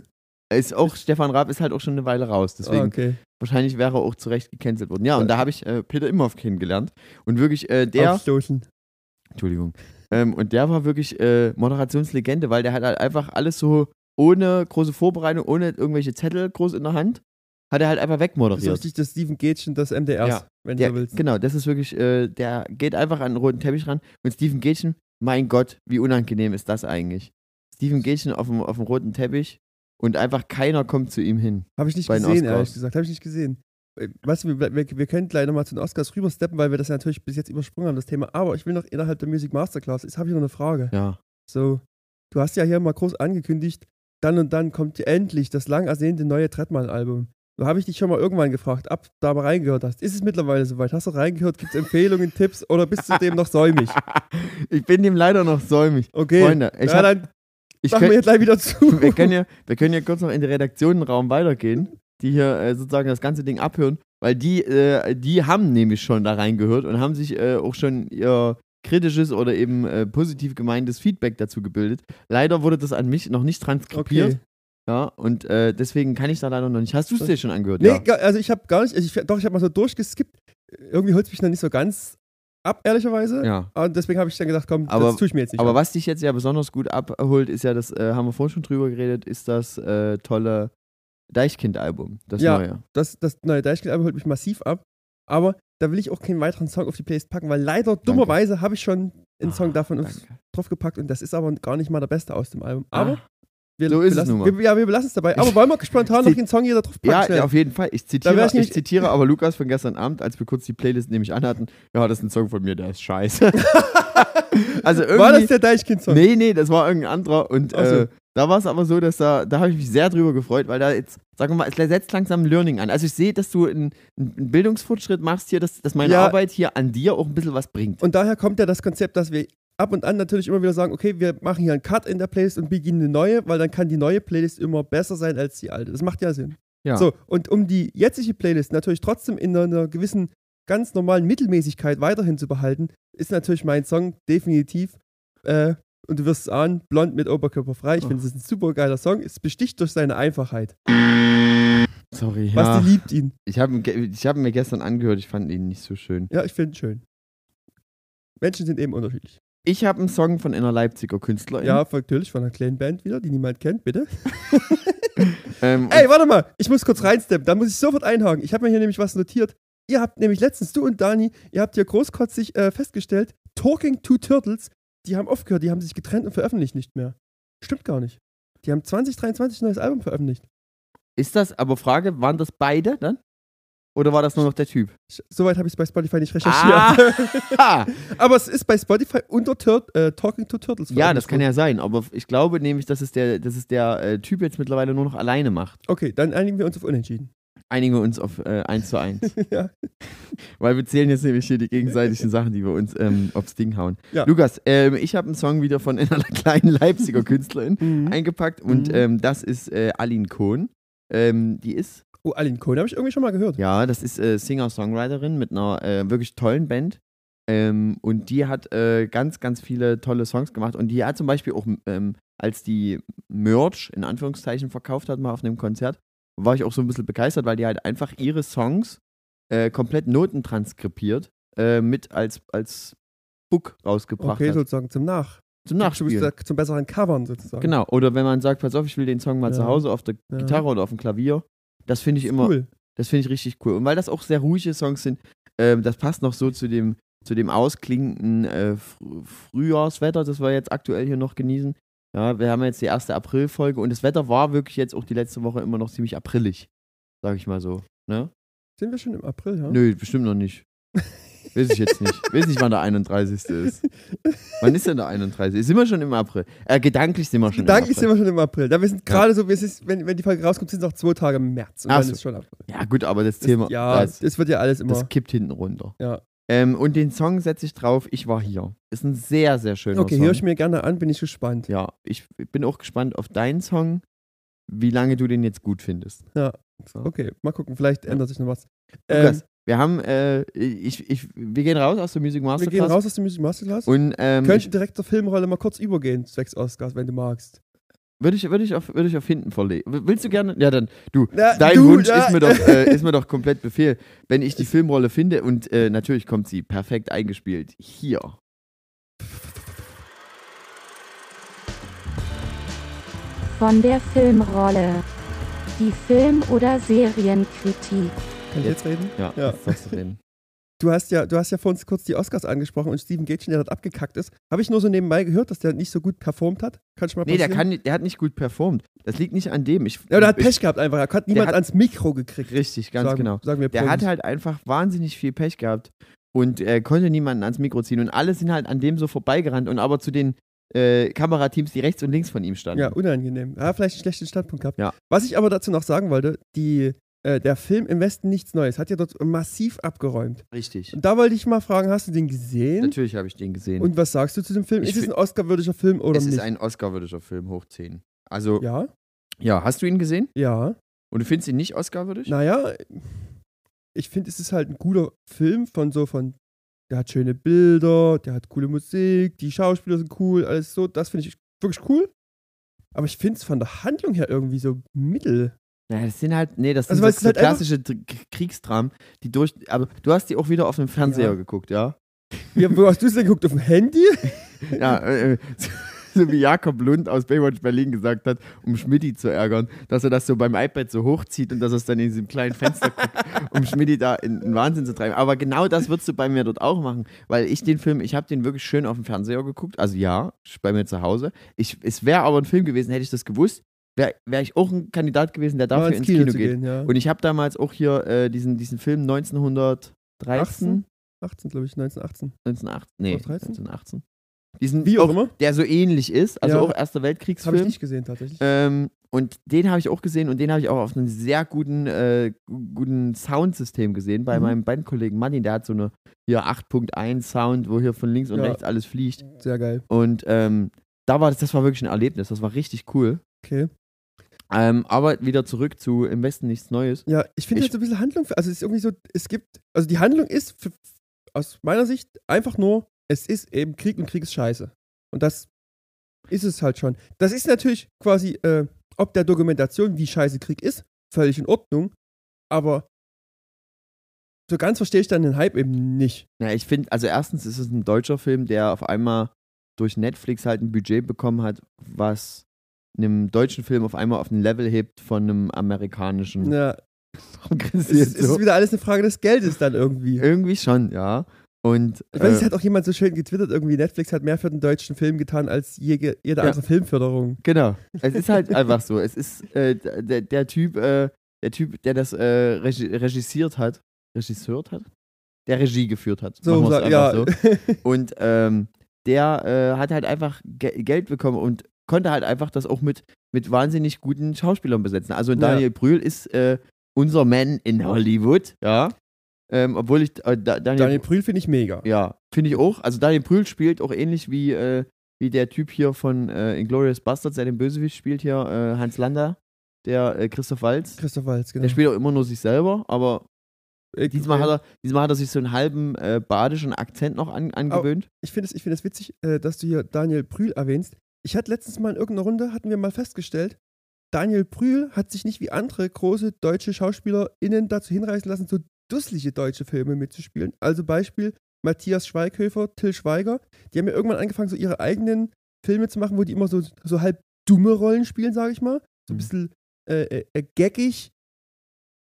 [SPEAKER 2] Ist auch, Stefan Raab ist halt auch schon eine Weile raus. Deswegen
[SPEAKER 1] Ah, okay.
[SPEAKER 2] wahrscheinlich wäre er auch zu Recht gecancelt worden. Ja, und da habe ich äh, Peter Imhoff kennengelernt. Und wirklich, äh, der.
[SPEAKER 1] Aufstoßen.
[SPEAKER 2] Entschuldigung. Ähm, und der war wirklich äh, Moderationslegende, weil der hat halt einfach alles so ohne große Vorbereitung, ohne irgendwelche Zettel groß in der Hand, hat er halt einfach
[SPEAKER 1] Das ist so
[SPEAKER 2] wegmoderiert.
[SPEAKER 1] richtig das Steven Gätchen des MDRs,
[SPEAKER 2] Ja.
[SPEAKER 1] wenn
[SPEAKER 2] der,
[SPEAKER 1] du willst.
[SPEAKER 2] Genau, das ist wirklich, äh, der geht einfach an den roten Teppich ran. Und Steven Gätchen, mein Gott, wie unangenehm ist das eigentlich? Steven Gätchen auf dem, auf dem roten Teppich und einfach keiner kommt zu ihm hin.
[SPEAKER 1] Habe ich nicht
[SPEAKER 2] Bei den
[SPEAKER 1] gesehen,
[SPEAKER 2] Oscars.
[SPEAKER 1] ehrlich gesagt. Habe ich nicht gesehen. Äh, Weißt du, wir, wir, wir können gleich nochmal zu den Oscars rübersteppen, weil wir das ja natürlich bis jetzt übersprungen haben, das Thema. Aber ich will noch innerhalb der Music Masterclass, ich habe hier noch eine Frage.
[SPEAKER 2] Ja.
[SPEAKER 1] So, du hast ja hier mal groß angekündigt, dann und dann kommt endlich das lang ersehnte neue Trettmann-Album. Da habe ich dich schon mal irgendwann gefragt, ab da mal reingehört hast. Ist es mittlerweile soweit? Hast du reingehört? Gibt es Empfehlungen, Tipps oder bist du dem noch säumig?
[SPEAKER 2] Ich bin dem leider noch säumig.
[SPEAKER 1] Okay.
[SPEAKER 2] Freunde, ich
[SPEAKER 1] ja,
[SPEAKER 2] hab,
[SPEAKER 1] dann
[SPEAKER 2] ich
[SPEAKER 1] sag
[SPEAKER 2] könnt-
[SPEAKER 1] mir jetzt gleich wieder zu.
[SPEAKER 2] wir, können ja, wir können ja kurz noch in den Redaktionenraum weitergehen, die hier äh, sozusagen das ganze Ding abhören, weil die, äh, die haben nämlich schon da reingehört und haben sich äh, auch schon ihr kritisches oder eben äh, positiv gemeintes Feedback dazu gebildet. Leider wurde das an mich noch nicht transkribiert.
[SPEAKER 1] Okay.
[SPEAKER 2] Ja, und äh, deswegen kann ich da leider noch nicht. Hast du es dir schon angehört?
[SPEAKER 1] Nee,
[SPEAKER 2] ja.
[SPEAKER 1] ga- also ich habe gar nicht, also ich, doch, ich habe mal so durchgeskippt. Irgendwie holt mich dann nicht so ganz ab, ehrlicherweise.
[SPEAKER 2] ja.
[SPEAKER 1] Und deswegen habe ich dann gedacht, komm,
[SPEAKER 2] Aber-
[SPEAKER 1] das tue ich mir jetzt nicht
[SPEAKER 2] Aber
[SPEAKER 1] an.
[SPEAKER 2] was dich jetzt ja besonders gut abholt, ist ja das, äh, haben wir vorhin schon drüber geredet, ist das äh, tolle Deichkind-Album, das
[SPEAKER 1] Ja.
[SPEAKER 2] neue.
[SPEAKER 1] Das, das neue Deichkind-Album holt mich massiv ab. Aber da will ich auch keinen weiteren Song auf die Playlist packen, weil leider dummerweise habe ich schon einen Song
[SPEAKER 2] Ah,
[SPEAKER 1] davon uns
[SPEAKER 2] danke. Ah,
[SPEAKER 1] draufgepackt und das ist aber gar nicht mal der beste aus dem Album. Aber wir,
[SPEAKER 2] so
[SPEAKER 1] wir
[SPEAKER 2] ist es
[SPEAKER 1] lassen,
[SPEAKER 2] nun mal.
[SPEAKER 1] Wir, ja, wir belassen es dabei. Aber wollen wir spontan noch den Song hier da drauf packen?
[SPEAKER 2] Ja,
[SPEAKER 1] schnell?
[SPEAKER 2] ja, auf jeden Fall. Ich
[SPEAKER 1] wär
[SPEAKER 2] zitiere,
[SPEAKER 1] ich
[SPEAKER 2] ich
[SPEAKER 1] nämlich-
[SPEAKER 2] zitiere aber Lukas von gestern Abend, als wir kurz die Playlist nämlich anhatten. Ja, das ist ein Song von mir, der ist scheiße. also irgendwie.
[SPEAKER 1] War das der Deichkind-Song?
[SPEAKER 2] nee, nee, das war irgendein anderer. Und
[SPEAKER 1] Ach so.
[SPEAKER 2] äh, da war es aber so, dass da, da habe ich mich sehr drüber gefreut, weil da jetzt, sagen wir mal, es setzt langsam ein Learning an. Also ich sehe, dass du einen, einen Bildungsfortschritt machst hier, dass, dass meine
[SPEAKER 1] Ja.
[SPEAKER 2] Arbeit hier an dir auch ein bisschen was bringt.
[SPEAKER 1] Und daher kommt ja das Konzept, dass wir ab und an natürlich immer wieder sagen, okay, wir machen hier einen Cut in der Playlist und beginnen eine neue, weil dann kann die neue Playlist immer besser sein als die alte. Das macht ja Sinn.
[SPEAKER 2] Ja.
[SPEAKER 1] So, und um die jetzige Playlist natürlich trotzdem in einer gewissen ganz normalen Mittelmäßigkeit weiterhin zu behalten, ist natürlich mein Song definitiv, äh, und du wirst es ahnen, Blond mit Oberkörper frei.
[SPEAKER 2] Oh.
[SPEAKER 1] Ich finde, es ist ein super geiler Song. Es besticht durch seine Einfachheit.
[SPEAKER 2] Sorry, ja.
[SPEAKER 1] Basti liebt ihn.
[SPEAKER 2] Ich habe ihn ge- ich hab ihn mir gestern angehört, ich fand ihn nicht so schön.
[SPEAKER 1] Ja, ich finde ihn schön. Menschen sind eben unterschiedlich.
[SPEAKER 2] Ich habe einen Song von einer Leipziger Künstlerin.
[SPEAKER 1] Ja, natürlich von einer kleinen Band wieder, die niemand kennt, bitte.
[SPEAKER 2] Ähm,
[SPEAKER 1] Ey, warte mal, ich muss kurz reinsteppen, da muss ich sofort einhaken. Ich habe mir hier nämlich was notiert. Ihr habt nämlich letztens, du und Dani, ihr habt hier großkotzig äh, festgestellt, Talking to Turtles, die haben aufgehört, die haben sich getrennt und veröffentlichen nicht mehr. Stimmt gar nicht. Die haben 2023 ein neues Album veröffentlicht.
[SPEAKER 2] Ist das, aber Frage, waren das beide dann? Oder war das nur noch der Typ?
[SPEAKER 1] Ich, soweit habe ich es bei Spotify nicht recherchiert.
[SPEAKER 2] Ah,
[SPEAKER 1] Aber es ist bei Spotify unter Tur äh, Talking to Turtles
[SPEAKER 2] ja, das kann ja sein, aber ich glaube nämlich, dass es der, dass es der äh, Typ jetzt mittlerweile nur noch alleine macht.
[SPEAKER 1] Okay, dann einigen wir uns auf Unentschieden.
[SPEAKER 2] Einigen wir uns auf äh, 1 zu 1.
[SPEAKER 1] ja.
[SPEAKER 2] Weil wir zählen jetzt nämlich hier die gegenseitigen Sachen, die wir uns ähm, aufs Ding hauen.
[SPEAKER 1] Ja.
[SPEAKER 2] Lukas, ähm, ich habe einen Song wieder von einer kleinen Leipziger Künstlerin eingepackt und
[SPEAKER 1] Mhm.
[SPEAKER 2] ähm, das ist äh, Aline Kohn. Ähm, die ist
[SPEAKER 1] Oh, Aline Cohn habe ich irgendwie schon mal gehört.
[SPEAKER 2] Ja, das ist äh, Singer-Songwriterin mit einer äh, wirklich tollen Band. Ähm, und die hat äh, ganz, ganz viele tolle Songs gemacht. Und die hat zum Beispiel auch ähm, als die Merch in Anführungszeichen verkauft hat, mal auf einem Konzert, war ich auch so ein bisschen begeistert, weil die halt einfach ihre Songs äh, komplett notentranskribiert äh, mit als, als Book rausgebracht
[SPEAKER 1] Okay,
[SPEAKER 2] hat.
[SPEAKER 1] sozusagen zum Nach.
[SPEAKER 2] Zum Nachspielen.
[SPEAKER 1] Zum, zum besseren Covern sozusagen.
[SPEAKER 2] Genau. Oder wenn man sagt, pass auf, ich will den Song mal
[SPEAKER 1] Ja.
[SPEAKER 2] zu Hause auf der
[SPEAKER 1] Ja.
[SPEAKER 2] Gitarre oder auf dem Klavier. Das finde ich immer,
[SPEAKER 1] Cool.
[SPEAKER 2] das finde ich richtig cool. Und weil das auch sehr ruhige Songs sind, ähm, das passt noch so zu dem, zu dem ausklingenden äh, Fr- Frühjahrswetter, das wir jetzt aktuell hier noch genießen. Ja, wir haben jetzt die erste Aprilfolge und das Wetter war wirklich jetzt auch die letzte Woche immer noch ziemlich aprillig, sag ich mal so. Ne?
[SPEAKER 1] Sind wir schon im April, ja?
[SPEAKER 2] Nö, bestimmt noch nicht. Weiß ich jetzt nicht. Weiß nicht, wann der 31. ist. Wann ist denn der 31.? Sind wir schon im April? Äh, gedanklich sind wir schon
[SPEAKER 1] Gedanklich
[SPEAKER 2] im
[SPEAKER 1] sind
[SPEAKER 2] April.
[SPEAKER 1] wir schon im April. Da wir sind gerade so, wie es ist, wenn, wenn die Folge rauskommt, sind es noch zwei Tage im März. Und
[SPEAKER 2] Ach
[SPEAKER 1] dann
[SPEAKER 2] so.
[SPEAKER 1] ist schon April.
[SPEAKER 2] Ja, gut, aber das
[SPEAKER 1] Das,
[SPEAKER 2] Thema.
[SPEAKER 1] ja,
[SPEAKER 2] das,
[SPEAKER 1] es wird ja alles immer.
[SPEAKER 2] Das kippt hinten runter.
[SPEAKER 1] Ja.
[SPEAKER 2] Ähm, und den Song setze ich drauf, Ich war hier. Ist ein sehr, sehr schöner
[SPEAKER 1] okay,
[SPEAKER 2] Song.
[SPEAKER 1] höre ich mir gerne an, bin ich gespannt.
[SPEAKER 2] ja, ich bin auch gespannt auf deinen Song, wie lange du den jetzt gut findest.
[SPEAKER 1] Okay, mal gucken, vielleicht ändert sich noch was.
[SPEAKER 2] Lukas,
[SPEAKER 1] Ähm,
[SPEAKER 2] wir haben, äh, ich, ich, wir gehen raus aus der Music
[SPEAKER 1] wir
[SPEAKER 2] Masterclass.
[SPEAKER 1] gehen raus aus der Music Masterclass.
[SPEAKER 2] Und ähm,
[SPEAKER 1] Könnten direkt zur Filmrolle mal kurz übergehen, sechs Oscars, wenn du magst.
[SPEAKER 2] würde ich, würd ich, auf- würd ich auf hinten verlegen. Willst du gerne? Ja, dann, du.
[SPEAKER 1] Na,
[SPEAKER 2] Dein
[SPEAKER 1] Äh, du,
[SPEAKER 2] Wunsch
[SPEAKER 1] ja.
[SPEAKER 2] ist, mir doch, äh, ist mir doch komplett Befehl. Wenn ich die Filmrolle finde und äh, natürlich kommt sie perfekt eingespielt. Hier.
[SPEAKER 5] Von der Filmrolle. Die Film- oder Serienkritik.
[SPEAKER 1] Kann ich jetzt reden?
[SPEAKER 2] Ja,
[SPEAKER 1] Ja.
[SPEAKER 2] jetzt darfst du reden.
[SPEAKER 1] Du hast ja, du hast ja vor uns kurz die Oscars angesprochen und Steven Gätchen, der dort abgekackt ist. Habe ich nur so nebenbei gehört, dass der nicht so gut performt hat. Kann schon mal
[SPEAKER 2] Nee,
[SPEAKER 1] passieren.
[SPEAKER 2] der, kann, nicht- der hat nicht gut performt. Das liegt nicht an dem. Ich,
[SPEAKER 1] Ja, der hat
[SPEAKER 2] ich,
[SPEAKER 1] Pech gehabt einfach. Er hat niemand
[SPEAKER 2] hat-
[SPEAKER 1] ans Mikro gekriegt.
[SPEAKER 2] Richtig, ganz
[SPEAKER 1] sagen,
[SPEAKER 2] genau.
[SPEAKER 1] Sagen wir
[SPEAKER 2] Der
[SPEAKER 1] Profis.
[SPEAKER 2] hat halt einfach wahnsinnig viel Pech gehabt und äh, konnte niemanden ans Mikro ziehen. Und alle sind halt an dem so vorbeigerannt und aber zu den äh, Kamerateams, die rechts und links von ihm standen.
[SPEAKER 1] Ja, unangenehm. Er hat vielleicht einen schlechten Standpunkt gehabt.
[SPEAKER 2] Ja.
[SPEAKER 1] Was ich aber dazu noch sagen wollte, die, äh, der Film im Westen nichts Neues hat ja dort massiv abgeräumt.
[SPEAKER 2] Richtig.
[SPEAKER 1] Und da wollte ich mal fragen, hast du den gesehen?
[SPEAKER 2] Natürlich habe ich den gesehen.
[SPEAKER 1] Und was sagst du zu dem Film?
[SPEAKER 2] Ich
[SPEAKER 1] ist es
[SPEAKER 2] fi-
[SPEAKER 1] ein Oscar-würdiger Film oder
[SPEAKER 2] es
[SPEAKER 1] nicht?
[SPEAKER 2] ist ein Oscar-würdiger Film, hoch 10. Also, ja.
[SPEAKER 1] ja,
[SPEAKER 2] hast du ihn gesehen?
[SPEAKER 1] ja.
[SPEAKER 2] Und du findest ihn nicht Oscar-würdig?
[SPEAKER 1] Naja, ich finde, es ist halt ein guter Film von so von. Der hat schöne Bilder, der hat coole Musik, die Schauspieler sind cool, alles so. Das finde ich wirklich cool. Aber ich finde es von der Handlung her irgendwie so mittel.
[SPEAKER 2] Naja, das sind halt, nee, das
[SPEAKER 1] Also,
[SPEAKER 2] sind
[SPEAKER 1] weil
[SPEAKER 2] so,
[SPEAKER 1] es
[SPEAKER 2] so
[SPEAKER 1] ist halt
[SPEAKER 2] klassische Dr- K- Kriegsdramen, die durch, aber du hast die auch wieder auf dem Fernseher
[SPEAKER 1] Ja.
[SPEAKER 2] geguckt, ja?
[SPEAKER 1] Ja, wo hast du es denn geguckt? Auf dem Handy?
[SPEAKER 2] Ja, äh, äh, so wie Jakob Lund aus Baywatch Berlin gesagt hat, um Schmidti zu ärgern, dass er das so beim iPad so hochzieht und dass er es dann in diesem kleinen Fenster guckt, um Schmidti da in den Wahnsinn zu treiben. Aber genau das würdest du bei mir dort auch machen, weil ich den Film, ich habe den wirklich schön auf dem Fernseher geguckt, also ja, bei mir zu Hause. Ich, es wäre aber ein Film gewesen, hätte ich das gewusst, wäre wär ich auch ein Kandidat gewesen, der dafür
[SPEAKER 1] Mal
[SPEAKER 2] ins Kino,
[SPEAKER 1] zu
[SPEAKER 2] geht.
[SPEAKER 1] ja.
[SPEAKER 2] Und ich habe damals auch hier äh, diesen, diesen Film 1913,
[SPEAKER 1] 18? 18, glaube ich, 1918.
[SPEAKER 2] 1918, nee,
[SPEAKER 1] 1913?
[SPEAKER 2] 1918. Diesen
[SPEAKER 1] Wie auch immer.
[SPEAKER 2] der so ähnlich ist, also
[SPEAKER 1] Ja.
[SPEAKER 2] auch Erster
[SPEAKER 1] Habe ich
[SPEAKER 2] Weltkriegsfilm.
[SPEAKER 1] nicht gesehen, tatsächlich.
[SPEAKER 2] Ähm, und den habe ich auch gesehen und den habe ich auch auf einem sehr guten, äh, gu- guten Soundsystem gesehen bei
[SPEAKER 1] Mhm.
[SPEAKER 2] meinem Bandkollegen Martin. Der hat so eine hier 8.1 Sound, wo hier von links und
[SPEAKER 1] Ja. Mhm.
[SPEAKER 2] rechts alles fliegt.
[SPEAKER 1] Sehr geil.
[SPEAKER 2] Und ähm, da war das, das war wirklich ein Erlebnis. Das war richtig cool.
[SPEAKER 1] Okay.
[SPEAKER 2] Ähm, aber wieder zurück zu Im Westen nichts Neues.
[SPEAKER 1] Ja, ich finde
[SPEAKER 2] Ich-
[SPEAKER 1] halt so ein bisschen Handlung. Also, es ist irgendwie so, es gibt, also die Handlung ist für, aus meiner Sicht einfach nur, es ist eben Krieg und Krieg ist scheiße. Und das ist es halt schon. Das ist natürlich quasi, äh, ob der Dokumentation, wie scheiße Krieg ist, völlig in Ordnung. Aber so ganz verstehe ich dann den Hype eben nicht.
[SPEAKER 2] Ja, ich finde, also erstens ist es ein deutscher Film, der auf einmal durch Netflix halt ein Budget bekommen hat, was einem deutschen Film auf einmal auf ein Level hebt von einem amerikanischen.
[SPEAKER 1] Ja, es
[SPEAKER 2] organisiert.
[SPEAKER 1] ist, es ist wieder alles eine Frage des Geldes dann irgendwie.
[SPEAKER 2] Irgendwie schon, ja. Und
[SPEAKER 1] Ich weiß, es
[SPEAKER 2] äh,
[SPEAKER 1] hat auch jemand so schön getwittert, irgendwie Netflix hat mehr für den deutschen Film getan als je, ge- jede
[SPEAKER 2] Ja.
[SPEAKER 1] andere Filmförderung.
[SPEAKER 2] genau. Es ist halt einfach so. Es ist äh, der, der Typ, äh, der Typ, der das äh, regi regisiert hat, regisseurt hat, der Regie geführt hat.
[SPEAKER 1] So,
[SPEAKER 2] Machen wir's
[SPEAKER 1] sag-
[SPEAKER 2] einfach
[SPEAKER 1] ja.
[SPEAKER 2] so. Und ähm, der äh, hat halt einfach Ge Geld bekommen und konnte halt einfach das auch mit, mit wahnsinnig guten Schauspielern besetzen. Also Daniel Brühl ist äh, unser Man in Hollywood, ja. Ähm, obwohl ich äh, da,
[SPEAKER 1] Daniel Brühl finde ich mega.
[SPEAKER 2] Ja, finde ich auch. Also Daniel Brühl spielt auch ähnlich wie, äh, wie der Typ hier von äh, Inglourious Bastards, der den Bösewicht spielt hier, äh, Hans Lander, der äh, Christoph Walz.
[SPEAKER 1] Christoph Waltz, genau.
[SPEAKER 2] Der spielt auch immer nur sich selber, aber
[SPEAKER 1] Äh,
[SPEAKER 2] diesmal
[SPEAKER 1] äh,
[SPEAKER 2] hat er, diesmal hat er sich so einen halben äh, badischen Akzent noch an, angewöhnt.
[SPEAKER 1] ich finde es ich find es witzig, äh, dass du hier Daniel Brühl erwähnst. Ich hatte letztens mal in irgendeiner Runde, hatten wir mal festgestellt, Daniel Brühl hat sich nicht wie andere große deutsche SchauspielerInnen dazu hinreißen lassen, so dusselige deutsche Filme mitzuspielen. Also Beispiel Matthias Schweighöfer, Till Schweiger. Die haben ja irgendwann angefangen, so ihre eigenen Filme zu machen, wo die immer so, so halb dumme Rollen spielen, sage ich mal. So ein
[SPEAKER 2] Mhm.
[SPEAKER 1] bisschen äh, äh, geckig,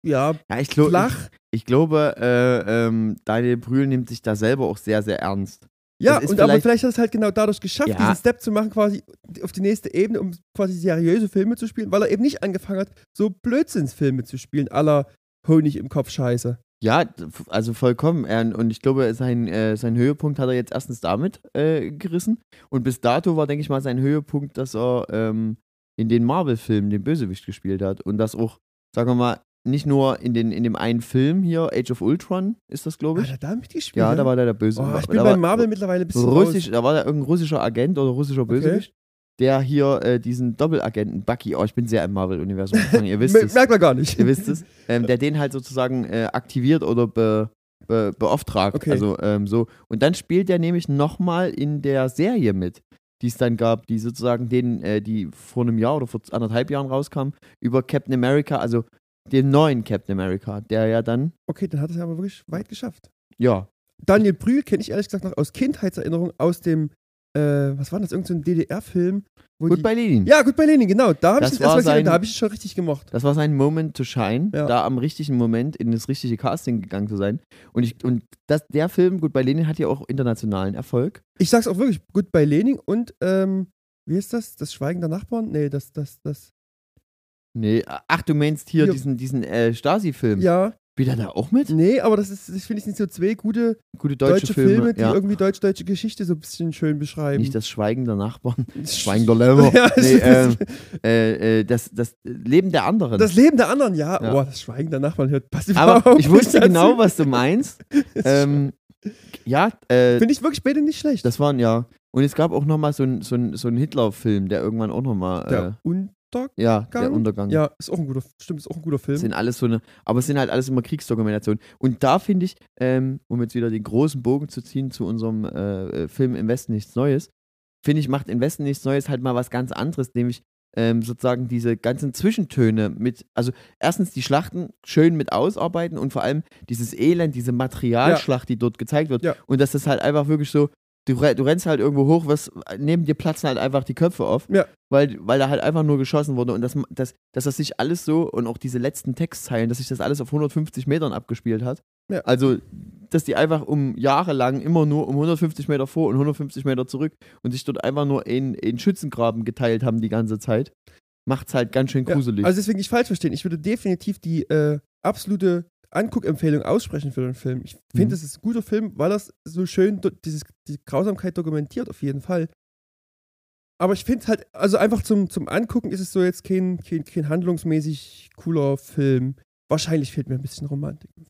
[SPEAKER 1] ja,
[SPEAKER 2] Ja, ich, glo ich,
[SPEAKER 1] flach.
[SPEAKER 2] ich glaube, äh, ähm, Daniel Brühl nimmt sich da selber auch sehr, sehr ernst.
[SPEAKER 1] Ja,
[SPEAKER 2] das ist
[SPEAKER 1] und aber
[SPEAKER 2] vielleicht-
[SPEAKER 1] vielleicht hat es halt genau dadurch geschafft,
[SPEAKER 2] Ja.
[SPEAKER 1] diesen Step zu machen, quasi auf die nächste Ebene, um quasi seriöse Filme zu spielen, weil er eben nicht angefangen hat, so Blödsinnsfilme zu spielen, aller Honig im Kopf Scheiße.
[SPEAKER 2] Ja, d- f- also vollkommen. Er- Und ich glaube, sein, äh, sein Höhepunkt hat er jetzt erstens damit äh, gerissen. Und bis dato war, denke ich mal, sein Höhepunkt, dass er ähm, in den Marvel-Filmen den Bösewicht gespielt hat. Und das auch, sagen wir mal, nicht nur in, den, in dem einen Film hier, Age of Ultron ist das, glaube
[SPEAKER 1] Hat
[SPEAKER 2] ich.
[SPEAKER 1] er damit gespielt?
[SPEAKER 2] Ja, da war der der Bösewicht.
[SPEAKER 1] Oh, ich bin
[SPEAKER 2] da
[SPEAKER 1] bei
[SPEAKER 2] war-
[SPEAKER 1] Marvel mittlerweile ein bisschen
[SPEAKER 2] Russisch,
[SPEAKER 1] raus.
[SPEAKER 2] da war da irgendein russischer Agent oder russischer Bösewicht, der hier äh, diesen Doppelagenten Bucky, oh, ich bin sehr im Marvel-Universum gefangen, ihr wisst
[SPEAKER 1] Me-
[SPEAKER 2] es,
[SPEAKER 1] Merkt man gar nicht.
[SPEAKER 2] ihr wisst es, ähm, der den halt sozusagen äh, aktiviert oder be, be, beauftragt.
[SPEAKER 1] Okay.
[SPEAKER 2] Also ähm, so. Und dann spielt der nämlich nochmal in der Serie mit, die es dann gab, die sozusagen den, äh, die vor einem Jahr oder vor anderthalb Jahren rauskam, über Captain America, also den neuen Captain America, der ja dann,
[SPEAKER 1] Okay, dann hat es ja aber wirklich weit geschafft.
[SPEAKER 2] ja,
[SPEAKER 1] Daniel Brühl kenne ich ehrlich gesagt noch aus Kindheitserinnerung aus dem, äh, was war das, irgendein so ein DDR-Film? wo
[SPEAKER 2] gut
[SPEAKER 1] die-
[SPEAKER 2] bei Lenin.
[SPEAKER 1] Ja, gut bei Lenin, genau. Da habe ich es
[SPEAKER 2] Das
[SPEAKER 1] erstmal
[SPEAKER 2] war
[SPEAKER 1] gesehen,
[SPEAKER 2] sein-
[SPEAKER 1] da habe ich es schon richtig gemocht.
[SPEAKER 2] Das war sein Moment to shine,
[SPEAKER 1] Ja.
[SPEAKER 2] da am richtigen Moment in das richtige Casting gegangen zu sein. Und, ich, und das, der Film, gut, bei Lenin hat ja auch internationalen Erfolg.
[SPEAKER 1] Ich sag's auch wirklich, gut bei Lenin und, ähm, wie ist das? Das Schweigen der Nachbarn? Nee, das, das, das.
[SPEAKER 2] Nee, ach, du meinst hier
[SPEAKER 1] Ja.
[SPEAKER 2] diesen, diesen äh, Stasi-Film.
[SPEAKER 1] Ja,
[SPEAKER 2] Spielt er da auch mit?
[SPEAKER 1] nee, aber das ist, ich finde, es sind so zwei gute
[SPEAKER 2] Gute deutsche,
[SPEAKER 1] deutsche,
[SPEAKER 2] Filme,
[SPEAKER 1] Filme, die
[SPEAKER 2] ja.
[SPEAKER 1] irgendwie deutsch-deutsche Geschichte so ein bisschen schön beschreiben.
[SPEAKER 2] Nicht das Schweigen der Nachbarn.
[SPEAKER 1] das
[SPEAKER 2] Schweigen der Lämmer.
[SPEAKER 1] Ja,
[SPEAKER 2] nee, ähm,
[SPEAKER 1] das-
[SPEAKER 2] äh, äh, das, das Leben der anderen.
[SPEAKER 1] Das Leben der anderen, ja.
[SPEAKER 2] Ja.
[SPEAKER 1] Oh, das Schweigen der Nachbarn hört. Passt
[SPEAKER 2] Aber
[SPEAKER 1] überhaupt
[SPEAKER 2] ich wusste
[SPEAKER 1] nicht dazu.
[SPEAKER 2] genau, was du meinst. ähm, ja, äh,
[SPEAKER 1] Finde ich wirklich beide nicht schlecht.
[SPEAKER 2] das waren ja. Und es gab auch nochmal so einen so ein- so ein Hitler-Film, der irgendwann auch nochmal. Äh, ähm.
[SPEAKER 1] der Untergang.
[SPEAKER 2] Ja, der Untergang.
[SPEAKER 1] Ja, ist auch ein guter, stimmt, ist auch ein guter Film.
[SPEAKER 2] Sind alles so eine, aber es sind halt alles immer Kriegsdokumentationen. Und da finde ich, ähm, um jetzt wieder den großen Bogen zu ziehen zu unserem äh, äh, Film Im Westen nichts Neues, finde ich, macht Im Westen nichts Neues halt mal was ganz anderes, nämlich ähm, sozusagen diese ganzen Zwischentöne mit, also erstens die Schlachten schön mit ausarbeiten und vor allem dieses Elend, diese Materialschlacht, die dort gezeigt wird.
[SPEAKER 1] Ja.
[SPEAKER 2] Und dass das halt einfach wirklich so, du, re- du rennst halt irgendwo hoch, was, neben dir platzen halt einfach die Köpfe auf,
[SPEAKER 1] Ja.
[SPEAKER 2] weil, weil da halt einfach nur geschossen wurde und dass, dass, dass das sich alles so und auch diese letzten Textzeilen, dass sich das alles auf 150 Metern abgespielt hat.
[SPEAKER 1] Ja.
[SPEAKER 2] Also, dass die einfach um Jahre lang immer nur um 150 Meter vor und 150 Meter zurück und sich dort einfach nur in, in Schützengraben geteilt haben die ganze Zeit, macht's halt ganz schön gruselig.
[SPEAKER 1] Ja, also deswegen nicht falsch verstehen. Ich würde definitiv die äh, absolute Anguckempfehlung aussprechen für den Film. Ich finde,
[SPEAKER 2] Mhm.
[SPEAKER 1] es ist ein guter Film, weil das so schön do- dieses, die Grausamkeit dokumentiert, auf jeden Fall. Aber ich finde halt, also einfach zum, zum Angucken ist es so jetzt kein, kein, kein handlungsmäßig cooler Film. Wahrscheinlich fehlt mir ein bisschen Romantik.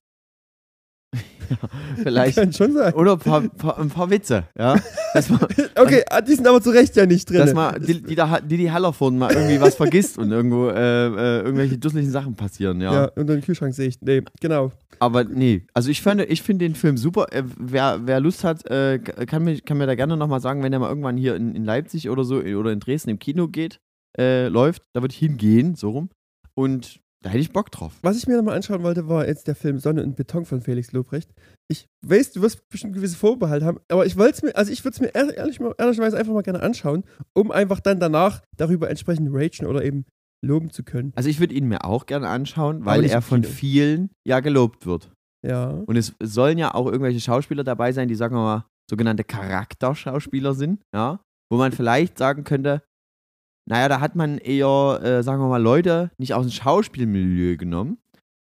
[SPEAKER 2] Vielleicht.
[SPEAKER 1] Kann schon sein.
[SPEAKER 2] Oder ein paar, paar, ein paar Witze, ja. Dass man,
[SPEAKER 1] Okay, ah, die sind aber zu Recht ja nicht drin.
[SPEAKER 2] dass man die, die, da, die, die Hallervorden mal irgendwie was vergisst und irgendwo äh, äh, irgendwelche dusseligen Sachen passieren, ja.
[SPEAKER 1] ja, unter dem Kühlschrank sehe ich. Nee, genau.
[SPEAKER 2] Aber nee, also ich finde ich find den Film super. Äh, wer, wer Lust hat, äh, kann, mir, kann mir da gerne nochmal sagen, wenn der mal irgendwann hier in, in Leipzig oder so oder in Dresden im Kino geht, äh, läuft, da würde ich hingehen, so rum. Und da hätte ich Bock drauf.
[SPEAKER 1] Was ich mir nochmal anschauen wollte, war jetzt der Film Sonne und Beton von Felix Lobrecht. Ich weiß, du wirst bestimmt gewisse Vorbehalte haben, aber ich wollte es mir, also ich würde es mir ehr- ehrlich, mal- ehrlicherweise einfach mal gerne anschauen, um einfach dann danach darüber entsprechend ragen oder eben loben zu können.
[SPEAKER 2] Also ich würde ihn mir auch gerne anschauen,
[SPEAKER 1] Aber
[SPEAKER 2] weil
[SPEAKER 1] nicht
[SPEAKER 2] er
[SPEAKER 1] im
[SPEAKER 2] von
[SPEAKER 1] Kino.
[SPEAKER 2] vielen ja gelobt wird.
[SPEAKER 1] Ja.
[SPEAKER 2] Und es es sollen ja auch irgendwelche Schauspieler dabei sein, die, sagen wir mal, sogenannte Charakterschauspieler sind, ja. Wo man vielleicht sagen könnte, naja, da hat man eher, äh, sagen wir mal, Leute nicht aus dem Schauspielmilieu genommen,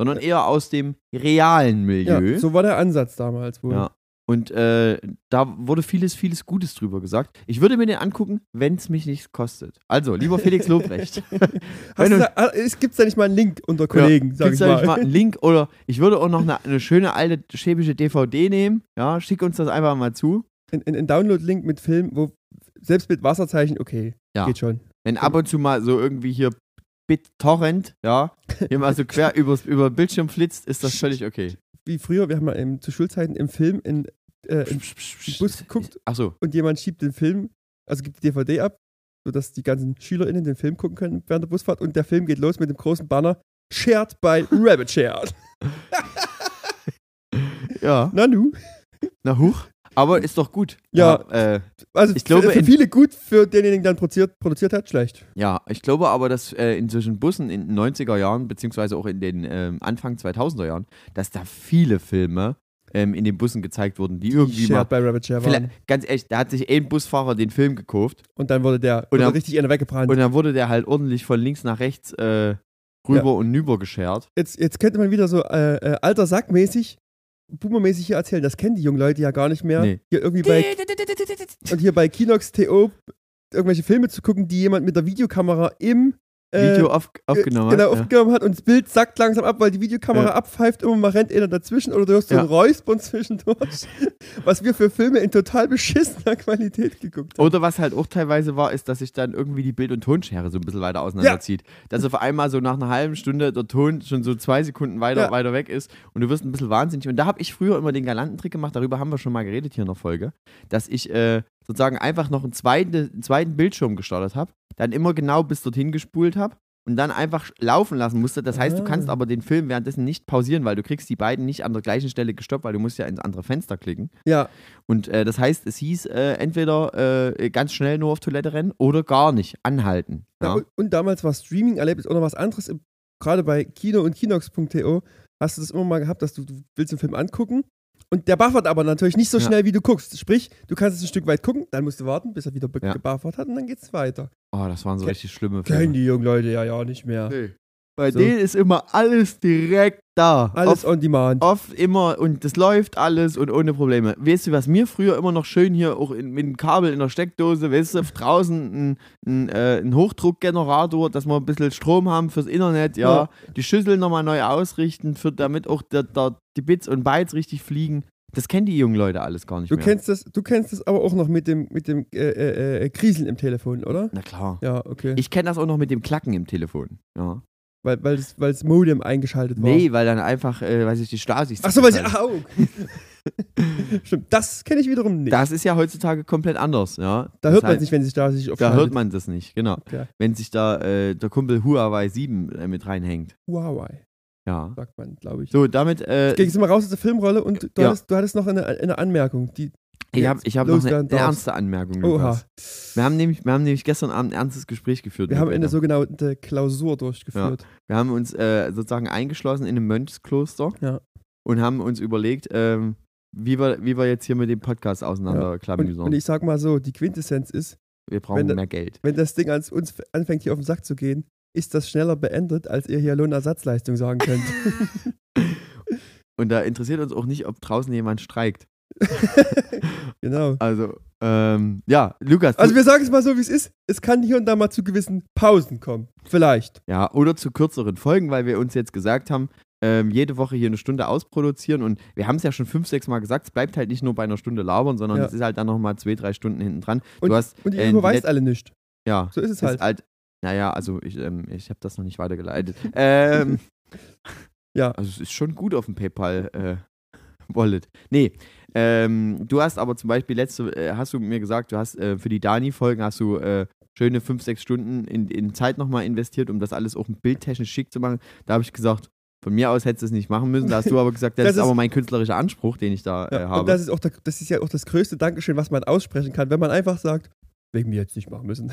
[SPEAKER 2] sondern eher aus dem realen Milieu.
[SPEAKER 1] ja. So war der Ansatz damals wohl.
[SPEAKER 2] Ja. Und äh, da wurde vieles, vieles Gutes drüber gesagt. Ich würde mir den angucken, wenn es mich nichts kostet. Also, lieber Felix Lobrecht.
[SPEAKER 1] Hast
[SPEAKER 2] Wenn
[SPEAKER 1] du
[SPEAKER 2] du-
[SPEAKER 1] da, ah, es gibt da nicht mal einen Link unter Kollegen, sag ich
[SPEAKER 2] Gibt's da
[SPEAKER 1] mal.
[SPEAKER 2] nicht mal einen Link oder ich würde auch noch eine, eine schöne alte schäbische DVD nehmen. Ja, schick uns das einfach mal zu.
[SPEAKER 1] Ein, ein- ein Download-Link mit Film, wo selbst mit Wasserzeichen, okay,
[SPEAKER 2] Ja.
[SPEAKER 1] geht schon.
[SPEAKER 2] Wenn ab und zu mal so irgendwie hier BitTorrent, ja, hier mal so quer übers, über den Bildschirm flitzt, ist das völlig okay.
[SPEAKER 1] Wie früher, wir haben mal ähm, zu Schulzeiten im Film in, äh, im Bus geguckt
[SPEAKER 2] Achso,
[SPEAKER 1] und jemand schiebt den Film, also gibt die DVD ab sodass die ganzen SchülerInnen den Film gucken können während der Busfahrt. Und der Film geht los mit dem großen Banner Shared by Rabbit Shared.
[SPEAKER 2] Ja,
[SPEAKER 1] Nanu.
[SPEAKER 2] na huch. Aber ist doch gut.
[SPEAKER 1] Ja.
[SPEAKER 2] Aber, äh,
[SPEAKER 1] Also
[SPEAKER 2] Ich glaube,
[SPEAKER 1] für, für
[SPEAKER 2] in-
[SPEAKER 1] viele gut, für denjenigen, der ihn produziert, produziert hat, schlecht.
[SPEAKER 2] ja, ich glaube aber, dass äh, in solchen Bussen in den 90er Jahren, beziehungsweise auch in den ähm, Anfang 2000er Jahren, dass da viele Filme ähm, in den Bussen gezeigt wurden, die irgendwie mal
[SPEAKER 1] Shared by Rabbit Shared waren.
[SPEAKER 2] Vielleicht, ganz ehrlich, da hat sich ein Busfahrer den Film gekauft
[SPEAKER 1] Und dann wurde der
[SPEAKER 2] Und
[SPEAKER 1] wurde
[SPEAKER 2] dann-
[SPEAKER 1] richtig einer weggebrannt.
[SPEAKER 2] und dann wurde der halt ordentlich von links nach rechts äh, rüber
[SPEAKER 1] Ja.
[SPEAKER 2] und nüber geschert.
[SPEAKER 1] jetzt, jetzt könnte man wieder so äh, äh, alter Sackmäßig, Boomermäßig hier erzählen. Das kennen die jungen Leute ja gar nicht mehr.
[SPEAKER 2] Nee.
[SPEAKER 1] Hier irgendwie bei und hier bei Kinox TO irgendwelche Filme zu gucken, die jemand mit der Videokamera im äh,
[SPEAKER 2] Video auf, aufgenommen.
[SPEAKER 1] genau,
[SPEAKER 2] ja.
[SPEAKER 1] aufgenommen hat und das Bild sackt langsam ab, weil die Videokamera
[SPEAKER 2] Ja.
[SPEAKER 1] abpfeift, immer mal rennt einer dazwischen oder du hörst so ein
[SPEAKER 2] Ja.
[SPEAKER 1] Räuspern zwischendurch, was wir für Filme in total beschissener Qualität geguckt haben.
[SPEAKER 2] Oder was halt auch teilweise war, ist, dass sich dann irgendwie die Bild- und Tonschere so ein bisschen weiter auseinanderzieht. Dass auf einmal so nach einer halben Stunde der Ton schon so zwei Sekunden weiter,
[SPEAKER 1] Ja.
[SPEAKER 2] weiter weg ist und du wirst ein bisschen wahnsinnig. Und da habe ich früher immer den galanten Trick gemacht, darüber haben wir schon mal geredet hier in der Folge, dass ich äh, sozusagen einfach noch einen zweiten, einen zweiten Bildschirm gestartet habe, dann immer genau bis dorthin gespult habe und dann einfach laufen lassen musste. Das heißt, du
[SPEAKER 1] Ah.
[SPEAKER 2] kannst aber den Film währenddessen nicht pausieren, weil du kriegst die beiden nicht an der gleichen Stelle gestoppt, weil du musst ja ins andere Fenster klicken.
[SPEAKER 1] Ja,
[SPEAKER 2] Und äh, das heißt, es hieß äh, entweder äh, ganz schnell nur auf Toilette rennen oder gar nicht anhalten.
[SPEAKER 1] Ja,
[SPEAKER 2] Ja,
[SPEAKER 1] und, und damals war Streaming-Erlebnis auch noch was anderes. Im- Gerade bei Kino und Kinox.to hast du das immer mal gehabt, dass du, du willst einen Film angucken und der buffert aber natürlich nicht so
[SPEAKER 2] Ja.
[SPEAKER 1] schnell, wie du guckst. Sprich, du kannst es ein Stück weit gucken, dann musst du warten, bis er wieder be-
[SPEAKER 2] Ja.
[SPEAKER 1] gebuffert hat und dann geht's weiter.
[SPEAKER 2] oh, das waren so
[SPEAKER 1] Ke-
[SPEAKER 2] richtig schlimme
[SPEAKER 1] Kennen
[SPEAKER 2] Filme.
[SPEAKER 1] die jungen Leute ja ja nicht mehr.
[SPEAKER 2] Nee. Bei
[SPEAKER 1] So.
[SPEAKER 2] denen ist immer alles direkt da.
[SPEAKER 1] Alles
[SPEAKER 2] Auf-
[SPEAKER 1] on demand.
[SPEAKER 2] Oft immer und das läuft alles und ohne Probleme. Weißt du, was mir früher immer noch schön hier auch in, mit einem Kabel in der Steckdose, weißt du, draußen ein, ein, äh, ein Hochdruckgenerator, dass wir ein bisschen Strom haben fürs Internet, ja. Die Schüssel nochmal neu ausrichten, für, damit auch der, der, die Bits und Bytes richtig fliegen. Das kennen die jungen Leute alles gar nicht
[SPEAKER 1] Du
[SPEAKER 2] mehr.
[SPEAKER 1] kennst das, du kennst das aber auch noch mit dem, mit dem äh, äh, äh, Kriseln im Telefon, oder?
[SPEAKER 2] Na klar.
[SPEAKER 1] Ja, okay.
[SPEAKER 2] Ich kenne das auch noch mit dem Klacken im Telefon. Ja.
[SPEAKER 1] Weil, weil, das, weil das Modem eingeschaltet war.
[SPEAKER 2] Nee, weil dann einfach, äh, weiß ich, die Stasi. halt.
[SPEAKER 1] Achso, weil sie. Au! Stimmt, das kenne ich wiederum nicht.
[SPEAKER 2] Das ist ja heutzutage komplett anders, ja.
[SPEAKER 1] Da
[SPEAKER 2] Das
[SPEAKER 1] hört man
[SPEAKER 2] heißt,
[SPEAKER 1] es nicht, wenn sich da sich
[SPEAKER 2] Da
[SPEAKER 1] aufschaltet.
[SPEAKER 2] hört man das nicht, genau.
[SPEAKER 1] Ja.
[SPEAKER 2] Wenn sich da äh, der Kumpel Huawei 7 äh, mit reinhängt.
[SPEAKER 1] Huawei,
[SPEAKER 2] Ja.
[SPEAKER 1] sagt man, glaube ich.
[SPEAKER 2] So, damit, äh,
[SPEAKER 1] Ging es immer raus aus der Filmrolle und du,
[SPEAKER 2] Ja.
[SPEAKER 1] hattest, du hattest noch eine, eine Anmerkung. Die,
[SPEAKER 2] ich habe ich hab noch eine,
[SPEAKER 1] loswerden
[SPEAKER 2] eine
[SPEAKER 1] darfst.
[SPEAKER 2] ernste Anmerkung,
[SPEAKER 1] oha.
[SPEAKER 2] Lukas. Wir haben, nämlich, wir haben nämlich gestern Abend ein ernstes Gespräch geführt.
[SPEAKER 1] Wir haben eine
[SPEAKER 2] miteinander.
[SPEAKER 1] sogenannte Klausur durchgeführt.
[SPEAKER 2] Wir haben uns äh, sozusagen eingeschlossen in einem Mönchskloster
[SPEAKER 1] Ja.
[SPEAKER 2] und haben uns überlegt, ähm, wie, wir, wie wir jetzt hier mit dem Podcast auseinanderklammern
[SPEAKER 1] Und, und ich sag mal so, die Quintessenz ist,
[SPEAKER 2] Wir
[SPEAKER 1] wenn
[SPEAKER 2] brauchen
[SPEAKER 1] da-
[SPEAKER 2] mehr Geld.
[SPEAKER 1] wenn das Ding ans uns anfängt, hier auf den Sack zu gehen, ist das schneller beendet, als ihr hier Lohnersatzleistung sagen könnt.
[SPEAKER 2] Und da interessiert uns auch nicht, ob draußen jemand streikt.
[SPEAKER 1] genau.
[SPEAKER 2] Also, ähm, ja, Lukas. du-
[SPEAKER 1] Also wir sagen es mal so, wie es ist. Es kann hier und da mal zu gewissen Pausen kommen. Vielleicht.
[SPEAKER 2] ja, oder zu kürzeren Folgen, weil wir uns jetzt gesagt haben, ähm, jede Woche hier eine Stunde ausproduzieren und wir haben es ja schon fünf, sechs Mal gesagt, es bleibt halt nicht nur bei einer Stunde labern, sondern
[SPEAKER 1] Ja.
[SPEAKER 2] es ist halt dann nochmal zwei, drei Stunden hinten dran. Du hast,
[SPEAKER 1] Und ihr
[SPEAKER 2] äh,
[SPEAKER 1] überweist
[SPEAKER 2] net-
[SPEAKER 1] alle nicht.
[SPEAKER 2] ja,
[SPEAKER 1] So ist es
[SPEAKER 2] ist
[SPEAKER 1] halt.
[SPEAKER 2] halt. naja, also ich, ähm, ich habe das noch nicht weitergeleitet. ähm,
[SPEAKER 1] Ja.
[SPEAKER 2] Also es ist schon gut auf dem PayPal äh, Wallet. Nee, ähm, du hast aber zum Beispiel letzte, äh, hast du mir gesagt, du hast äh, für die Dani-Folgen hast du äh, schöne 5, 6 Stunden in, in Zeit nochmal investiert, um das alles auch bildtechnisch schick zu machen. Da habe ich gesagt, von mir aus hättest du es nicht machen müssen. Da hast du aber gesagt, das,
[SPEAKER 1] Das
[SPEAKER 2] ist
[SPEAKER 1] ist-
[SPEAKER 2] aber mein künstlerischer Anspruch, den ich da äh,
[SPEAKER 1] Ja,
[SPEAKER 2] habe.
[SPEAKER 1] und das ist, auch der, das ist ja auch das größte Dankeschön, was man aussprechen kann, wenn man einfach sagt, wegen mir jetzt nicht machen müssen.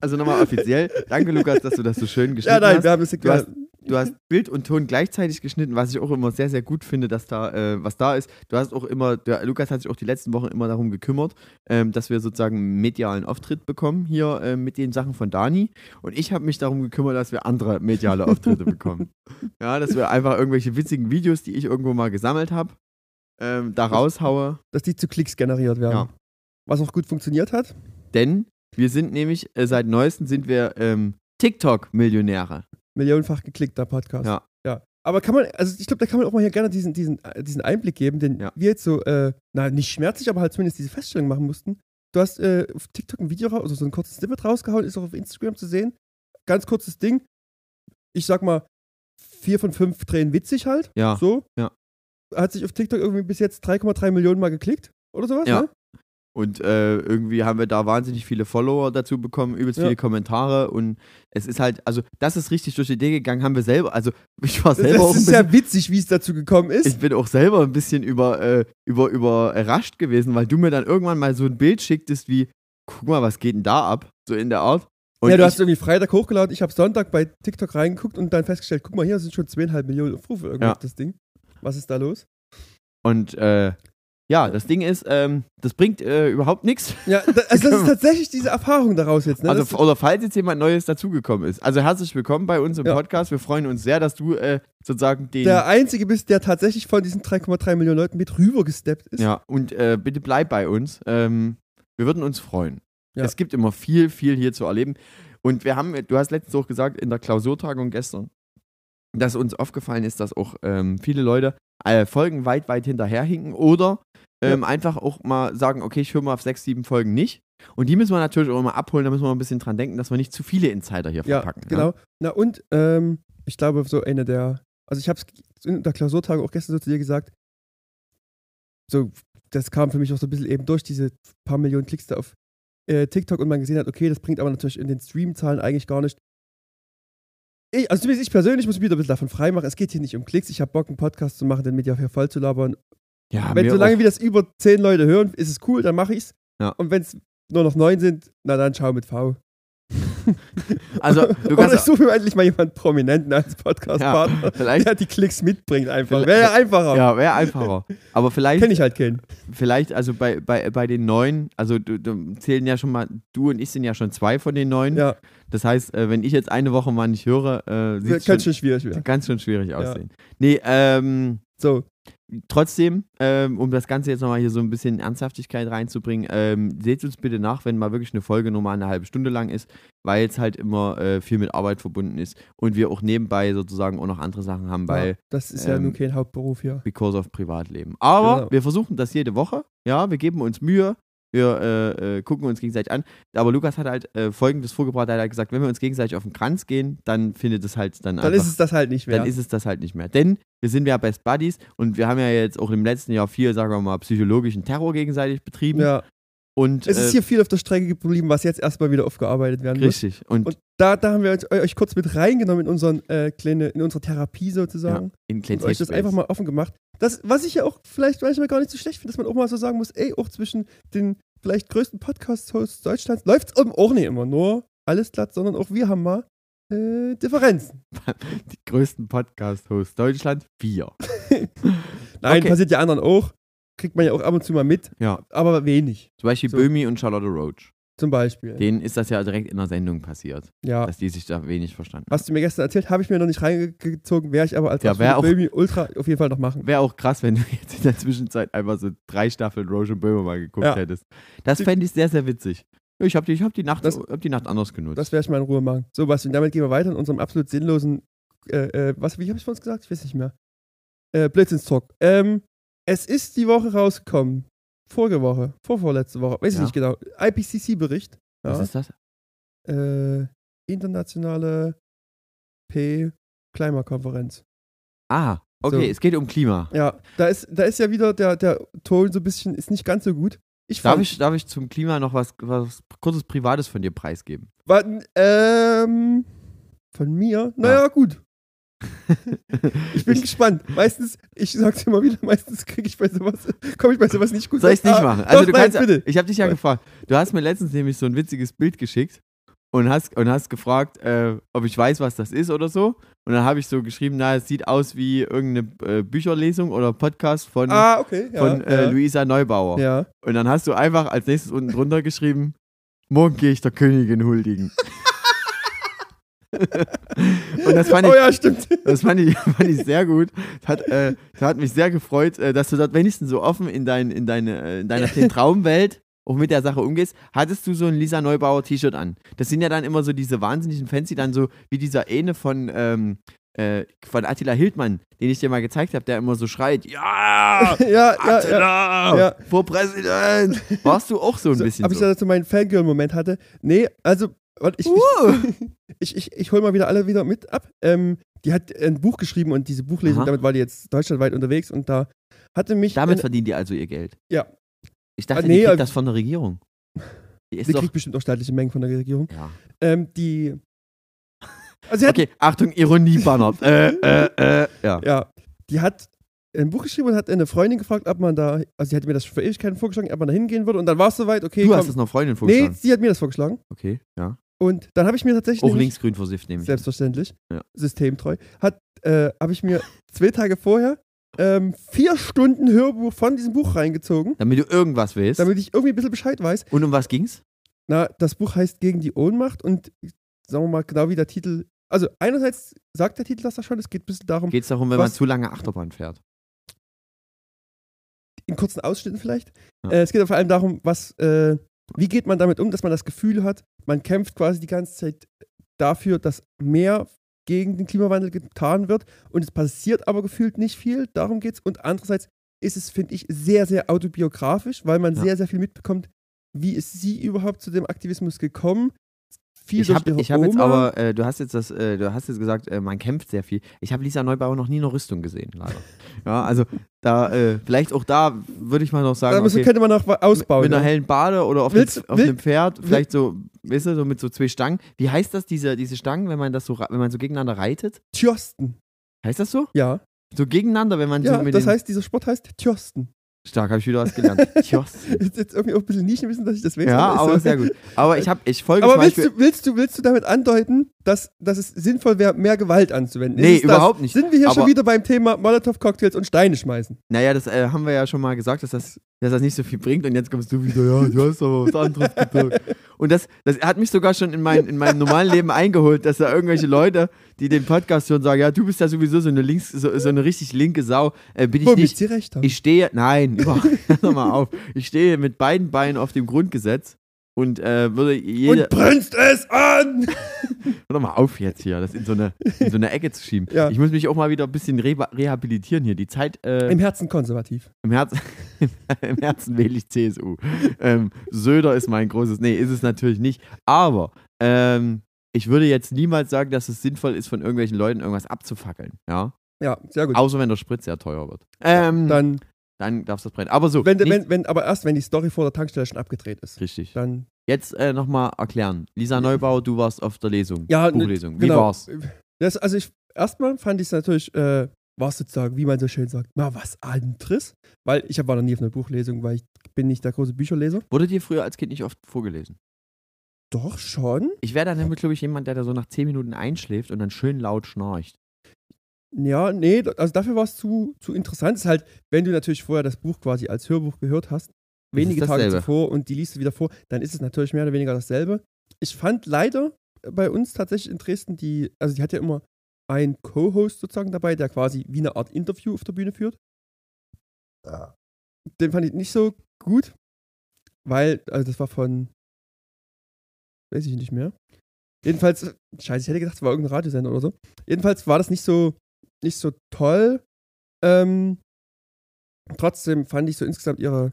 [SPEAKER 2] also nochmal offiziell, danke Lukas, dass du das so schön geschnitten
[SPEAKER 1] ja, nein,
[SPEAKER 2] hast.
[SPEAKER 1] wir haben das
[SPEAKER 2] Du hast, du hast Bild und Ton gleichzeitig geschnitten, was ich auch immer sehr, sehr gut finde, dass da äh, was da ist. Du hast auch immer, der Lukas hat sich auch die letzten Wochen immer darum gekümmert, ähm, dass wir sozusagen einen medialen Auftritt bekommen hier äh, mit den Sachen von Dani. Und ich habe mich darum gekümmert, dass wir andere mediale Auftritte bekommen. Ja, dass wir einfach irgendwelche witzigen Videos, die ich irgendwo mal gesammelt habe, ähm, da raushaue.
[SPEAKER 1] dass die zu Klicks generiert werden.
[SPEAKER 2] Ja.
[SPEAKER 1] Was auch gut funktioniert hat.
[SPEAKER 2] Denn wir sind nämlich, äh, seit neuestem sind wir ähm, TikTok-Millionäre.
[SPEAKER 1] Millionenfach geklickter Podcast.
[SPEAKER 2] Ja.
[SPEAKER 1] ja. Aber kann man, also ich glaube, da kann man auch mal hier gerne diesen, diesen, äh, diesen Einblick geben, den
[SPEAKER 2] Ja.
[SPEAKER 1] wir jetzt so, äh, na, nicht schmerzlich, aber halt zumindest diese Feststellung machen mussten. Du hast äh, auf TikTok ein Video raus, also so ein kurzes Snippet rausgehauen, ist auch auf Instagram zu sehen. Ganz kurzes Ding. Ich sag mal, vier von fünf Tränen witzig halt.
[SPEAKER 2] Ja.
[SPEAKER 1] So.
[SPEAKER 2] Ja.
[SPEAKER 1] Hat sich auf TikTok irgendwie bis jetzt 3,3 Millionen Mal geklickt oder sowas,
[SPEAKER 2] Ja.
[SPEAKER 1] ne?
[SPEAKER 2] Und äh, irgendwie haben wir da wahnsinnig viele Follower dazu bekommen, übelst
[SPEAKER 1] Ja.
[SPEAKER 2] viele Kommentare und es ist halt, also das ist richtig durch die Idee gegangen, haben wir selber, also ich war
[SPEAKER 1] Das,
[SPEAKER 2] selber auch ein
[SPEAKER 1] ist
[SPEAKER 2] bisschen,
[SPEAKER 1] ja witzig, wie es dazu gekommen ist.
[SPEAKER 2] ich bin auch selber ein bisschen über, äh, über, überrascht gewesen, weil du mir dann irgendwann mal so ein Bild schicktest wie, guck mal, was geht denn da ab, so in der Art. Und
[SPEAKER 1] ja, du
[SPEAKER 2] ich,
[SPEAKER 1] hast irgendwie Freitag hochgeladen, ich habe Sonntag bei TikTok reingeguckt und dann festgestellt, guck mal, hier sind schon zweieinhalb Millionen Aufrufe irgendwie
[SPEAKER 2] Ja.
[SPEAKER 1] auf das Ding. Was ist da los?
[SPEAKER 2] und äh, ja, das Ding ist, ähm, das bringt äh, überhaupt nichts.
[SPEAKER 1] Ja, da, also das ist tatsächlich diese Erfahrung daraus jetzt, ne?
[SPEAKER 2] Also,
[SPEAKER 1] das,
[SPEAKER 2] f- oder falls jetzt jemand Neues dazugekommen ist. Also herzlich willkommen bei uns im
[SPEAKER 1] Ja.
[SPEAKER 2] Podcast. Wir freuen uns sehr, dass du äh, sozusagen den.
[SPEAKER 1] der Einzige bist, der tatsächlich von diesen 3,3 Millionen Leuten mit rübergesteppt ist.
[SPEAKER 2] ja, und äh, bitte bleib bei uns. Ähm, wir würden uns freuen.
[SPEAKER 1] Ja.
[SPEAKER 2] Es gibt immer viel, viel hier zu erleben. Und wir haben, du hast letztens auch gesagt, in der Klausurtagung gestern, dass uns aufgefallen ist, dass auch ähm, viele Leute äh, Folgen weit, weit hinterherhinken oder ähm, einfach auch mal sagen, okay, ich höre mal auf sechs, sieben Folgen nicht. Und die müssen wir natürlich auch immer abholen, da müssen wir ein bisschen dran denken, dass wir nicht zu viele Insider hier
[SPEAKER 1] Ja,
[SPEAKER 2] verpacken. ne?
[SPEAKER 1] genau. Na und ähm, ich glaube, so eine der, also ich habe es in der Klausurtage auch gestern so zu dir gesagt, so, das kam für mich auch so ein bisschen eben durch, diese paar Millionen Klicks da auf äh, TikTok und man gesehen hat, okay, das bringt aber natürlich in den Streamzahlen eigentlich gar nicht. Ich, also zumindest ich persönlich muss mich wieder ein bisschen davon freimachen. Es geht hier nicht um Klicks. Ich habe Bock, einen Podcast zu machen, den Media hier voll zu labern.
[SPEAKER 2] Ja,
[SPEAKER 1] wenn
[SPEAKER 2] mir
[SPEAKER 1] so lange
[SPEAKER 2] auch.
[SPEAKER 1] wie das über zehn Leute hören, ist es cool, dann mache ich's.
[SPEAKER 2] Ja.
[SPEAKER 1] Und wenn es nur noch neun sind, na dann schau mit V.
[SPEAKER 2] Also,
[SPEAKER 1] Oder
[SPEAKER 2] du
[SPEAKER 1] ich
[SPEAKER 2] kannst.
[SPEAKER 1] suche mir endlich mal jemanden Prominenten als Podcast-Partner,
[SPEAKER 2] Ja, vielleicht,
[SPEAKER 1] der die Klicks mitbringt einfach.
[SPEAKER 2] Vielleicht-
[SPEAKER 1] Wäre ja einfacher.
[SPEAKER 2] ja, wäre einfacher. Aber vielleicht,
[SPEAKER 1] Kenn ich halt keinen.
[SPEAKER 2] vielleicht also bei, bei, bei den neuen, also du, du zählen ja schon mal, du und ich sind ja schon zwei von den neuen.
[SPEAKER 1] Ja,
[SPEAKER 2] Das heißt, äh, wenn ich jetzt eine Woche mal nicht höre, äh,
[SPEAKER 1] kann
[SPEAKER 2] sieht
[SPEAKER 1] schon,
[SPEAKER 2] schon,
[SPEAKER 1] schwierig werden.
[SPEAKER 2] ganz schön schwierig aussehen. Nee, ähm,
[SPEAKER 1] So,
[SPEAKER 2] trotzdem, ähm, um das Ganze jetzt nochmal hier so ein bisschen Ernsthaftigkeit reinzubringen, ähm, seht uns bitte nach, wenn mal wirklich eine Folge nur mal eine halbe Stunde lang ist, weil es halt immer äh, viel mit Arbeit verbunden ist und wir auch nebenbei sozusagen auch noch andere Sachen haben, weil
[SPEAKER 1] ja, das ist ja
[SPEAKER 2] ähm,
[SPEAKER 1] nun kein Hauptberuf hier.
[SPEAKER 2] because of Privatleben. Aber
[SPEAKER 1] Genau.
[SPEAKER 2] wir versuchen das jede Woche. Ja, wir geben uns Mühe. Wir äh, äh, gucken uns gegenseitig an. Aber Lukas hat halt äh, Folgendes vorgebracht. Er hat halt gesagt, wenn wir uns gegenseitig auf den Kranz gehen, dann findet es halt dann,
[SPEAKER 1] Dann
[SPEAKER 2] einfach,
[SPEAKER 1] ist es das halt nicht mehr.
[SPEAKER 2] dann ist es das halt nicht mehr. Denn wir sind ja Best Buddies und wir haben ja jetzt auch im letzten Jahr viel, sagen wir mal, psychologischen Terror gegenseitig betrieben.
[SPEAKER 1] ja.
[SPEAKER 2] Und
[SPEAKER 1] Es ist
[SPEAKER 2] äh,
[SPEAKER 1] hier viel auf der Strecke geblieben, was jetzt erstmal wieder aufgearbeitet werden muss.
[SPEAKER 2] richtig. Und,
[SPEAKER 1] Und da, da haben wir uns, eu- euch kurz mit reingenommen in, unseren, äh, kleine, in unsere Therapie sozusagen.
[SPEAKER 2] in
[SPEAKER 1] und euch das einfach mal offen gemacht. Das, was ich ja auch vielleicht manchmal gar nicht so schlecht finde, dass man auch mal so sagen muss, ey, auch zwischen den vielleicht größten Podcast-Hosts Deutschlands läuft es auch nicht immer nur alles glatt, sondern auch wir haben mal äh, Differenzen.
[SPEAKER 2] Die größten Podcast-Host Deutschland, wir.
[SPEAKER 1] Nein,
[SPEAKER 2] Okay.
[SPEAKER 1] passiert ja anderen auch. Kriegt man ja auch ab und zu mal mit,
[SPEAKER 2] Ja.
[SPEAKER 1] aber wenig,
[SPEAKER 2] Zum Beispiel
[SPEAKER 1] So.
[SPEAKER 2] Böhmi und Charlotte Roach.
[SPEAKER 1] zum Beispiel.
[SPEAKER 2] Denen ist das ja direkt in der Sendung passiert.
[SPEAKER 1] ja.
[SPEAKER 2] dass die sich da wenig verstanden haben.
[SPEAKER 1] Hast du mir gestern erzählt, habe ich mir noch nicht reingezogen, wäre ich aber als
[SPEAKER 2] Ja,
[SPEAKER 1] absolute
[SPEAKER 2] wär auch-
[SPEAKER 1] Böhmi Ultra auf jeden Fall noch machen.
[SPEAKER 2] Wäre auch krass, wenn du jetzt in der Zwischenzeit einfach so drei Staffeln Roche und Böhmer mal geguckt
[SPEAKER 1] Ja.
[SPEAKER 2] hättest. Das fände ich sehr, sehr witzig. Ich habe die, ich hab die, Nacht-
[SPEAKER 1] Das-
[SPEAKER 2] hab die Nacht anders genutzt.
[SPEAKER 1] Das werde ich mal in Ruhe machen. So, Basti, und damit gehen wir weiter in unserem absolut sinnlosen, äh, äh, was, wie habe ich vorhin gesagt? Ich weiß nicht mehr. Äh, Blödsinnstalk. Ähm, es ist die Woche rausgekommen. Vorige Woche, vorvorletzte Woche, weiß ich
[SPEAKER 2] Ja.
[SPEAKER 1] nicht genau. IPCC-Bericht.
[SPEAKER 2] Was
[SPEAKER 1] Ja.
[SPEAKER 2] ist das?
[SPEAKER 1] Äh, internationale P-Klimakonferenz.
[SPEAKER 2] Ah, okay,
[SPEAKER 1] So.
[SPEAKER 2] es geht um Klima.
[SPEAKER 1] Ja, da ist, da ist ja wieder der, der Ton so ein bisschen, ist nicht ganz so gut. Ich
[SPEAKER 2] Darf
[SPEAKER 1] fand-
[SPEAKER 2] ich, darf ich zum Klima noch was, was kurzes Privates von dir preisgeben?
[SPEAKER 1] Warten, ähm, von mir? Naja, gut. Ich bin gespannt. Meistens, ich sag's immer wieder, meistens kriege ich bei sowas, komme ich bei sowas nicht gut.
[SPEAKER 2] Soll ich es nicht
[SPEAKER 1] Ah,
[SPEAKER 2] machen? Also
[SPEAKER 1] doch,
[SPEAKER 2] du
[SPEAKER 1] nein,
[SPEAKER 2] kannst,
[SPEAKER 1] bitte.
[SPEAKER 2] Ich habe dich ja gefragt. Du hast mir letztens nämlich so ein witziges Bild geschickt und hast, und hast gefragt, äh, ob ich weiß, was das ist oder so. Und dann habe ich so geschrieben, na, es sieht aus wie irgendeine äh, Bücherlesung oder Podcast von,
[SPEAKER 1] Ah, okay. Ja,
[SPEAKER 2] von äh,
[SPEAKER 1] ja.
[SPEAKER 2] Luisa Neubauer.
[SPEAKER 1] Ja.
[SPEAKER 2] Und dann hast du einfach als nächstes unten drunter geschrieben, morgen gehe ich der Königin huldigen. und das fand ich,
[SPEAKER 1] oh ja, stimmt.
[SPEAKER 2] das fand ich, fand ich sehr gut. Das hat, äh, das hat mich sehr gefreut, äh, dass du dort wenigstens so offen in, dein, in, deine, äh, in deiner kleinen Traumwelt auch mit der Sache umgehst. Hattest du so ein Lisa Neubauer T-Shirt an? Das sind ja dann immer so diese wahnsinnigen Fans, die dann so wie dieser Ene von, ähm, äh, von Attila Hildmann, den ich dir mal gezeigt habe, der immer so schreit, ja,
[SPEAKER 1] ja, ja, ja.
[SPEAKER 2] Attila,
[SPEAKER 1] ja.
[SPEAKER 2] vor Präsident. Warst du auch so ein
[SPEAKER 1] So,
[SPEAKER 2] bisschen
[SPEAKER 1] Ob ich
[SPEAKER 2] so?
[SPEAKER 1] dazu meinen Fangirl-Moment hatte? Nee, also, warte, ich,
[SPEAKER 2] Uh.
[SPEAKER 1] ich, ich, ich hole mal wieder alle wieder mit ab. Ähm, die hat ein Buch geschrieben und diese Buchlesung,
[SPEAKER 2] Aha.
[SPEAKER 1] damit war die jetzt deutschlandweit unterwegs und da hatte mich.
[SPEAKER 2] Damit
[SPEAKER 1] ein-
[SPEAKER 2] verdienen die also ihr Geld. Ich dachte,
[SPEAKER 1] Ah, nee,
[SPEAKER 2] die
[SPEAKER 1] aber-
[SPEAKER 2] kriegt das von der Regierung. Die ist
[SPEAKER 1] Die
[SPEAKER 2] doch.
[SPEAKER 1] kriegt bestimmt auch staatliche Mengen von der Regierung.
[SPEAKER 2] Ja.
[SPEAKER 1] Ähm, die. Also sie hat,
[SPEAKER 2] Okay, Achtung, Ironie-Banner. äh, äh, äh, ja.
[SPEAKER 1] ja, die hat ein Buch geschrieben und hat eine Freundin gefragt, ob man da, also sie hat mir das schon vor Ewigkeiten vorgeschlagen, ob man da hingehen würde. Und dann war es soweit, okay,
[SPEAKER 2] Du
[SPEAKER 1] komm.
[SPEAKER 2] hast es einer Freundin
[SPEAKER 1] nee,
[SPEAKER 2] vorgeschlagen.
[SPEAKER 1] sie hat mir das vorgeschlagen.
[SPEAKER 2] Okay, ja.
[SPEAKER 1] Und dann habe ich mir tatsächlich
[SPEAKER 2] Auch
[SPEAKER 1] nämlich-
[SPEAKER 2] linksgrün versifft, nehme ich. an.
[SPEAKER 1] Selbstverständlich.
[SPEAKER 2] Ja.
[SPEAKER 1] Systemtreu. Hat, äh, habe ich mir zwei Tage vorher ähm, vier Stunden Hörbuch von diesem Buch reingezogen,
[SPEAKER 2] Damit du irgendwas willst.
[SPEAKER 1] damit ich irgendwie ein bisschen Bescheid weiß.
[SPEAKER 2] Und um was ging's?
[SPEAKER 1] Na, das Buch heißt Gegen die Ohnmacht und sagen wir mal genau wie der Titel. Also einerseits sagt der Titel das ja schon, es geht ein bisschen darum,
[SPEAKER 2] Geht's darum, wenn man
[SPEAKER 1] Was-
[SPEAKER 2] zu lange Achterbahn fährt?
[SPEAKER 1] in kurzen Ausschnitten vielleicht.
[SPEAKER 2] Ja.
[SPEAKER 1] Äh, es geht aber vor allem darum, was, äh, wie geht man damit um, dass man das Gefühl hat, man kämpft quasi die ganze Zeit dafür, dass mehr gegen den Klimawandel getan wird und es passiert aber gefühlt nicht viel, darum geht's. Und andererseits ist es, finde ich, sehr, sehr autobiografisch, weil man
[SPEAKER 2] Ja.
[SPEAKER 1] sehr, sehr viel mitbekommt, wie ist sie überhaupt zu dem Aktivismus gekommen. Viel
[SPEAKER 2] ich
[SPEAKER 1] durch
[SPEAKER 2] habe
[SPEAKER 1] ihre
[SPEAKER 2] hab jetzt
[SPEAKER 1] Oma.
[SPEAKER 2] aber, äh, du hast jetzt das, äh, du hast jetzt gesagt, äh, man kämpft sehr viel. Ich habe Lisa Neubauer noch nie in einer Rüstung gesehen, leider. ja, also da, äh, vielleicht auch da würde ich mal noch sagen,
[SPEAKER 1] da müssen,
[SPEAKER 2] okay,
[SPEAKER 1] könnte man noch wa- ausbauen.
[SPEAKER 2] mit einer
[SPEAKER 1] ja.
[SPEAKER 2] hellen Bade oder auf,
[SPEAKER 1] ne? Willst-
[SPEAKER 2] einem, auf
[SPEAKER 1] will-
[SPEAKER 2] einem Pferd, vielleicht so, weißt du, so mit so zwei Stangen. Wie heißt das, diese, diese Stangen, wenn man das so, ra- wenn man so gegeneinander reitet?
[SPEAKER 1] Tjosten.
[SPEAKER 2] Heißt das so?
[SPEAKER 1] Ja,
[SPEAKER 2] So gegeneinander, wenn man
[SPEAKER 1] ja
[SPEAKER 2] so mit
[SPEAKER 1] das
[SPEAKER 2] den,
[SPEAKER 1] heißt, dieser Sport heißt Tjosten.
[SPEAKER 2] Stark, habe ich wieder was gelernt. Tjoss.
[SPEAKER 1] Ist jetzt irgendwie auch ein bisschen Nischenwissen, dass ich das weiß.
[SPEAKER 2] ja,
[SPEAKER 1] ist
[SPEAKER 2] aber
[SPEAKER 1] so.
[SPEAKER 2] sehr gut. Aber ich, hab, ich folge
[SPEAKER 1] Aber
[SPEAKER 2] zum
[SPEAKER 1] willst
[SPEAKER 2] Beispiel.
[SPEAKER 1] du, willst, du, willst du damit andeuten, dass, dass es sinnvoll wäre, mehr Gewalt anzuwenden?
[SPEAKER 2] Nee,
[SPEAKER 1] Ist es
[SPEAKER 2] überhaupt
[SPEAKER 1] das?
[SPEAKER 2] nicht.
[SPEAKER 1] Sind wir hier schon
[SPEAKER 2] Aber-
[SPEAKER 1] wieder beim Thema Molotow-Cocktails und Steine schmeißen?
[SPEAKER 2] Naja, das äh, haben wir ja schon mal gesagt, dass das, dass das nicht so viel bringt und jetzt kommst du wieder, ja, du hast aber was anderes gesagt. Und das, das hat mich sogar schon in, mein, in meinem normalen Leben eingeholt, dass da irgendwelche Leute, die den Podcast hören, sagen, ja, du bist ja sowieso so eine, links, so, so eine richtig linke Sau. Äh, bin ich
[SPEAKER 1] Womit
[SPEAKER 2] nicht.
[SPEAKER 1] sie recht haben.
[SPEAKER 2] Ich stehe, nein, überhaupt, hör mal auf. Ich stehe mit beiden Beinen auf dem Grundgesetz und äh, würde jede,
[SPEAKER 1] und brennst es an!
[SPEAKER 2] Hör doch mal auf jetzt hier, das in so eine, in so eine Ecke zu schieben.
[SPEAKER 1] Ja.
[SPEAKER 2] Ich muss mich auch mal wieder ein bisschen re rehabilitieren hier. Die Zeit äh,
[SPEAKER 1] Im Herzen konservativ.
[SPEAKER 2] im, Herz im Herzen wähle ich CSU. Ähm, Söder ist mein großes. Nee, ist es natürlich nicht. Aber ähm, ich würde jetzt niemals sagen, dass es sinnvoll ist, von irgendwelchen Leuten irgendwas abzufackeln. Ja?
[SPEAKER 1] Ja, sehr gut.
[SPEAKER 2] Außer wenn der Sprit sehr teuer wird. Ähm, dann,
[SPEAKER 1] Dann,
[SPEAKER 2] darfst du das brennen. Aber so,
[SPEAKER 1] wenn,
[SPEAKER 2] nicht-
[SPEAKER 1] wenn, wenn, aber erst, wenn die Story vor der Tankstelle schon abgedreht ist.
[SPEAKER 2] richtig.
[SPEAKER 1] Dann,
[SPEAKER 2] Jetzt äh, nochmal erklären. Lisa Neubauer, du warst auf der Lesung.
[SPEAKER 1] ja, ne,
[SPEAKER 2] Buchlesung. Wie
[SPEAKER 1] genau.
[SPEAKER 2] war's?
[SPEAKER 1] Das, also, ich, erstmal fand ich es natürlich, äh, war es sozusagen, wie man so schön sagt, mal was anderes. Weil ich hab- war noch nie auf einer Buchlesung, weil ich bin nicht der große Bücherleser.
[SPEAKER 2] Wurde dir früher als Kind nicht oft vorgelesen?
[SPEAKER 1] Doch schon.
[SPEAKER 2] Ich wäre dann nämlich, glaube ich, jemand, der da so nach 10 Minuten einschläft und dann schön laut schnarcht.
[SPEAKER 1] Ja, nee, da- also dafür war es zu, zu interessant. Ist halt, wenn du natürlich vorher das Buch quasi als Hörbuch gehört hast, wenige
[SPEAKER 2] es
[SPEAKER 1] Tage
[SPEAKER 2] dasselbe.
[SPEAKER 1] zuvor und die liest du wieder vor, dann ist es natürlich mehr oder weniger dasselbe. Ich fand leider äh, bei uns tatsächlich in Dresden die, also die hat ja immer einen Co-Host sozusagen dabei, der quasi wie eine Art Interview auf der Bühne führt. Den fand ich nicht so gut, weil, also das war von, weiß ich nicht mehr. Jedenfalls, scheiße, ich hätte gedacht, es war irgendein Radiosender oder so. Jedenfalls war das nicht so, nicht so toll. Ähm, trotzdem fand ich so insgesamt ihre,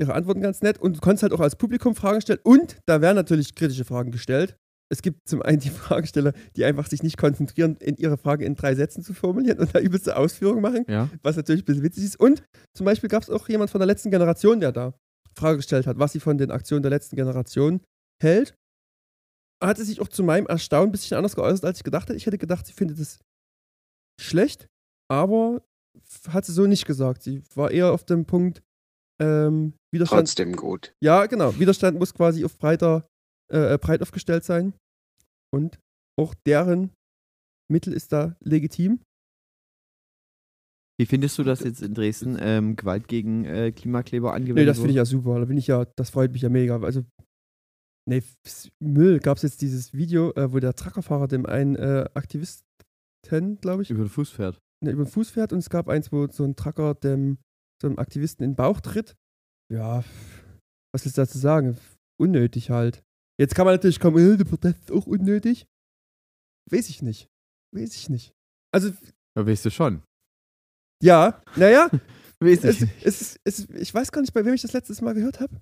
[SPEAKER 1] ihre Antworten ganz nett. Und du konntest halt auch als Publikum Fragen stellen. Und da werden natürlich kritische Fragen gestellt. Es gibt zum einen die Fragesteller, die einfach sich nicht konzentrieren, in ihre Frage in drei Sätzen zu formulieren und da übelste Ausführungen machen,
[SPEAKER 2] Ja.
[SPEAKER 1] was natürlich ein bisschen witzig ist. Und zum Beispiel gab es auch jemand von der letzten Generation, der da Frage gestellt hat, was sie von den Aktionen der letzten Generation hält. Hat sie sich auch zu meinem Erstaunen ein bisschen anders geäußert, als ich gedacht hätte. Ich hätte gedacht, sie findet es schlecht, aber f- hat sie so nicht gesagt. Sie war eher auf dem Punkt ähm, Widerstand.
[SPEAKER 6] Trotzdem gut.
[SPEAKER 1] Ja, genau. Widerstand muss quasi auf breiter, äh, breit aufgestellt sein. Und auch deren Mittel ist da legitim.
[SPEAKER 2] Wie findest du das jetzt in Dresden, ähm, Gewalt gegen äh, Klimakleber angewendet
[SPEAKER 1] Nee, das finde ich ja super. Da bin ich ja, das freut mich ja mega. Also, nee, f- Müll gab es jetzt dieses Video, äh, wo der Truckerfahrer dem einen äh, Aktivisten, glaube ich,
[SPEAKER 2] Über den Fuß fährt.
[SPEAKER 1] ne, über den Fuß fährt und es gab eins, wo so ein Trucker dem so einem Aktivisten in den Bauch tritt. Ja, pf, was ist dazu sagen? Pf, Unnötig halt. Jetzt kann man natürlich kommen, äh, der Protest ist auch unnötig. Weiß ich nicht. Weiß ich nicht. Also,
[SPEAKER 2] Ja, weißt du schon.
[SPEAKER 1] ja, naja,
[SPEAKER 2] Weißt
[SPEAKER 1] es,
[SPEAKER 2] du.
[SPEAKER 1] es, ist- es, ist- ich weiß gar nicht, bei wem ich das letztes Mal gehört habe.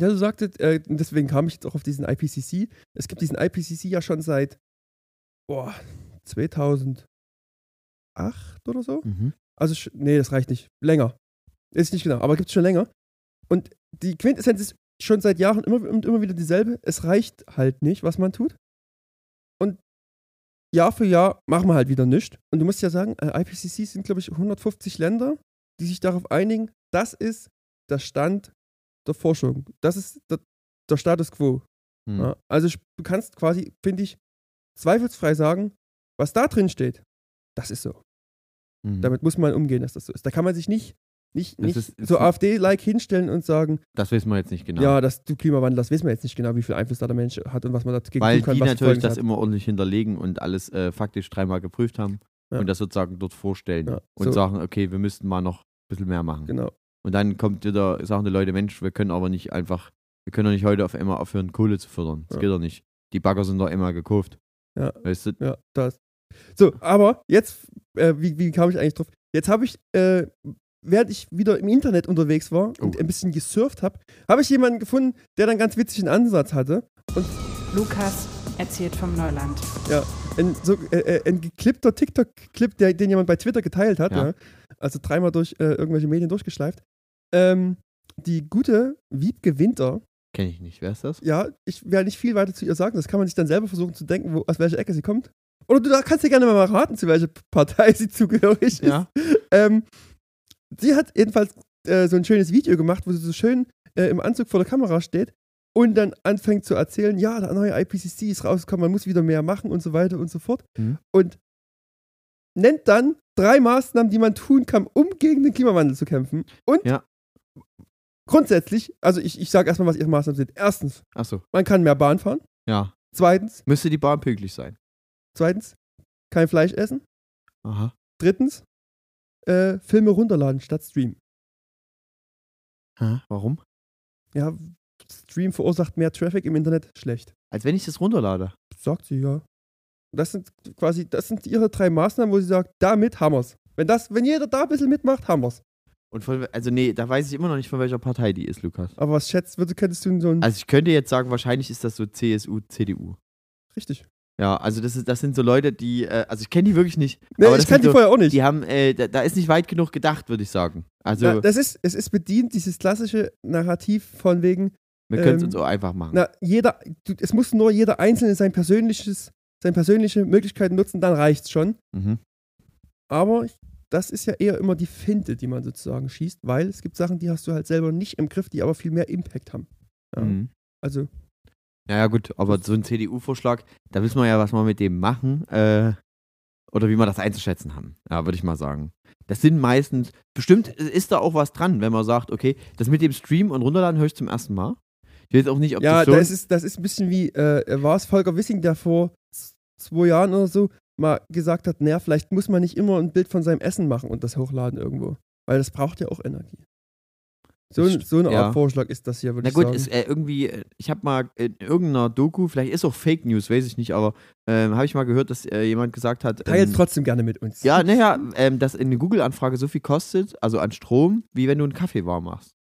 [SPEAKER 1] Ja, du sagtest, äh, und deswegen kam ich jetzt auch auf diesen IPCC. Es gibt diesen IPCC ja schon seit, boah, 2008 oder so.
[SPEAKER 2] Mhm.
[SPEAKER 1] Also, sch- nee, das reicht nicht. Länger. Ist nicht genau, aber gibt es schon länger. Und die Quintessenz ist schon seit Jahren immer und immer wieder dieselbe. Es reicht halt nicht, was man tut. Und Jahr für Jahr machen wir halt wieder nichts. Und du musst ja sagen, äh, IPCC sind, glaube ich, 150 Länder, die sich darauf einigen, das ist der Stand der Forschung. Das ist der, der Status quo.
[SPEAKER 2] Hm.
[SPEAKER 1] Ja, also sch- du kannst quasi, finde ich, zweifelsfrei sagen, was da drin steht, das ist so.
[SPEAKER 2] Mhm.
[SPEAKER 1] Damit muss man umgehen, dass das so ist. Da kann man sich nicht, nicht,
[SPEAKER 2] Das
[SPEAKER 1] nicht
[SPEAKER 2] ist- ist-
[SPEAKER 1] so AfD-like hinstellen und sagen,
[SPEAKER 2] das wissen wir jetzt nicht genau.
[SPEAKER 1] ja, das du Klimawandel, das wissen wir jetzt nicht genau, wie viel Einfluss da der Mensch hat und was man dagegen
[SPEAKER 2] Weil
[SPEAKER 1] tun kann.
[SPEAKER 2] die
[SPEAKER 1] was
[SPEAKER 2] natürlich
[SPEAKER 1] Folgen
[SPEAKER 2] das
[SPEAKER 1] hat.
[SPEAKER 2] immer ordentlich hinterlegen und alles äh, faktisch dreimal geprüft haben
[SPEAKER 1] Ja.
[SPEAKER 2] und das sozusagen dort vorstellen
[SPEAKER 1] Ja,
[SPEAKER 2] und
[SPEAKER 1] so.
[SPEAKER 2] sagen, okay, wir müssten mal noch ein bisschen mehr machen.
[SPEAKER 1] Genau.
[SPEAKER 2] Und dann kommt wieder, sagen die Leute, Mensch, wir können aber nicht einfach, wir können doch nicht heute auf einmal aufhören, Kohle zu fördern. Das
[SPEAKER 1] Ja.
[SPEAKER 2] geht doch nicht. Die Bagger sind doch immer gekauft.
[SPEAKER 1] Ja.
[SPEAKER 2] Weißt du?
[SPEAKER 1] Ja, das. So, aber jetzt, äh, wie, wie kam ich eigentlich drauf? Jetzt habe ich, äh, während ich wieder im Internet unterwegs war und
[SPEAKER 2] Oh.
[SPEAKER 1] ein bisschen gesurft habe, habe ich jemanden gefunden, der dann ganz witzigen Ansatz hatte.
[SPEAKER 3] Lukas erzählt vom Neuland.
[SPEAKER 1] ein, so, äh, äh, ein geklippter TikTok-Clip, der, den jemand bei Twitter geteilt hat,
[SPEAKER 2] Ja.
[SPEAKER 1] ja. also dreimal durch äh, irgendwelche Medien durchgeschleift. Ähm, die gute Wiebke Winter,
[SPEAKER 2] Kenne ich nicht. Wer ist das?
[SPEAKER 1] ja, ich werde nicht viel weiter zu ihr sagen, das kann man sich dann selber versuchen zu denken, wo, aus welcher Ecke sie kommt. Oder du da kannst dir gerne mal raten, zu welcher Partei sie zugehörig ist. Ähm, sie hat jedenfalls äh, so ein schönes Video gemacht, wo sie so schön äh, im Anzug vor der Kamera steht und dann anfängt zu erzählen, ja, der neue IPCC ist rausgekommen, man muss wieder mehr machen und so weiter und so fort.
[SPEAKER 2] Mhm.
[SPEAKER 1] Und nennt dann drei Maßnahmen, die man tun kann, um gegen den Klimawandel zu kämpfen. Und
[SPEAKER 2] Ja.
[SPEAKER 1] grundsätzlich, also ich, ich sage erstmal, was ihre Maßnahmen sind. Erstens,
[SPEAKER 2] Achso.
[SPEAKER 1] man kann mehr Bahn fahren.
[SPEAKER 2] Ja.
[SPEAKER 1] Zweitens,
[SPEAKER 2] Müsste die Bahn pünktlich sein.
[SPEAKER 1] zweitens kein Fleisch essen.
[SPEAKER 2] Aha.
[SPEAKER 1] Drittens, äh, Filme runterladen statt streamen.
[SPEAKER 2] Aha. Warum?
[SPEAKER 1] Ja, Stream verursacht mehr Traffic im Internet. Schlecht.
[SPEAKER 2] Als wenn ich das runterlade.
[SPEAKER 1] Sagt sie ja. Das sind quasi, das sind ihre drei Maßnahmen, wo sie sagt, damit haben wir's. Wenn das, wenn jeder da ein bisschen mitmacht, haben wir's.
[SPEAKER 2] Und von, also nee, da weiß ich immer noch nicht, von welcher Partei die ist, Lukas.
[SPEAKER 1] Aber was schätzt, würdest, könntest du so ein.
[SPEAKER 2] Also ich könnte jetzt sagen, wahrscheinlich ist das so CSU, CDU.
[SPEAKER 1] richtig.
[SPEAKER 2] Ja, also das, ist, das sind so Leute, die, äh, also ich kenne die wirklich nicht.
[SPEAKER 1] Nee,
[SPEAKER 2] aber das
[SPEAKER 1] ich kann
[SPEAKER 2] sind
[SPEAKER 1] die
[SPEAKER 2] so,
[SPEAKER 1] vorher auch nicht.
[SPEAKER 2] Die haben, äh, da, da ist nicht weit genug gedacht, würde ich sagen. Also
[SPEAKER 1] Na, das ist, es ist bedient, dieses klassische Narrativ von wegen,
[SPEAKER 2] wir können es
[SPEAKER 1] ähm,
[SPEAKER 2] uns auch einfach machen.
[SPEAKER 1] na, jeder, du, es muss nur jeder Einzelne sein persönliches, seine persönliche Möglichkeiten nutzen, dann reicht's schon.
[SPEAKER 2] mhm.
[SPEAKER 1] Aber ich- das ist ja eher immer die Finte, die man sozusagen schießt, weil es gibt Sachen, die hast du halt selber nicht im Griff, die aber viel mehr Impact haben. Ja.
[SPEAKER 2] Mhm.
[SPEAKER 1] Also,
[SPEAKER 2] Naja gut, aber so ein CDU-Vorschlag, da wissen wir ja, was wir mit dem machen äh, oder wie wir das einzuschätzen haben, ja, würde ich mal sagen. Das sind meistens, bestimmt ist da auch was dran, wenn man sagt, okay, das mit dem Stream und Runterladen höre ich zum ersten Mal. Ich weiß auch nicht, ob
[SPEAKER 1] ja,
[SPEAKER 2] das so...
[SPEAKER 1] das ist, das ist ein bisschen wie, äh, war es Volker Wissing, der vor z- zwei Jahren oder so mal gesagt hat, naja, vielleicht muss man nicht immer ein Bild von seinem Essen machen und das hochladen irgendwo. Weil das braucht ja auch Energie. So,
[SPEAKER 2] Das
[SPEAKER 1] ein-
[SPEAKER 2] st-
[SPEAKER 1] so eine Art
[SPEAKER 2] ja.
[SPEAKER 1] Vorschlag ist das hier, würde
[SPEAKER 2] Na
[SPEAKER 1] ich
[SPEAKER 2] gut,
[SPEAKER 1] sagen.
[SPEAKER 2] ist, äh, irgendwie, äh, ich habe mal in irgendeiner Doku, vielleicht ist auch Fake News, weiß ich nicht, aber ähm, habe ich mal gehört, dass äh, jemand gesagt hat.
[SPEAKER 1] Teilt
[SPEAKER 2] ähm,
[SPEAKER 1] trotzdem gerne mit uns.
[SPEAKER 2] Ja, naja, ähm, dass eine Google-Anfrage so viel kostet, also an Strom, wie wenn du einen Kaffee warm machst.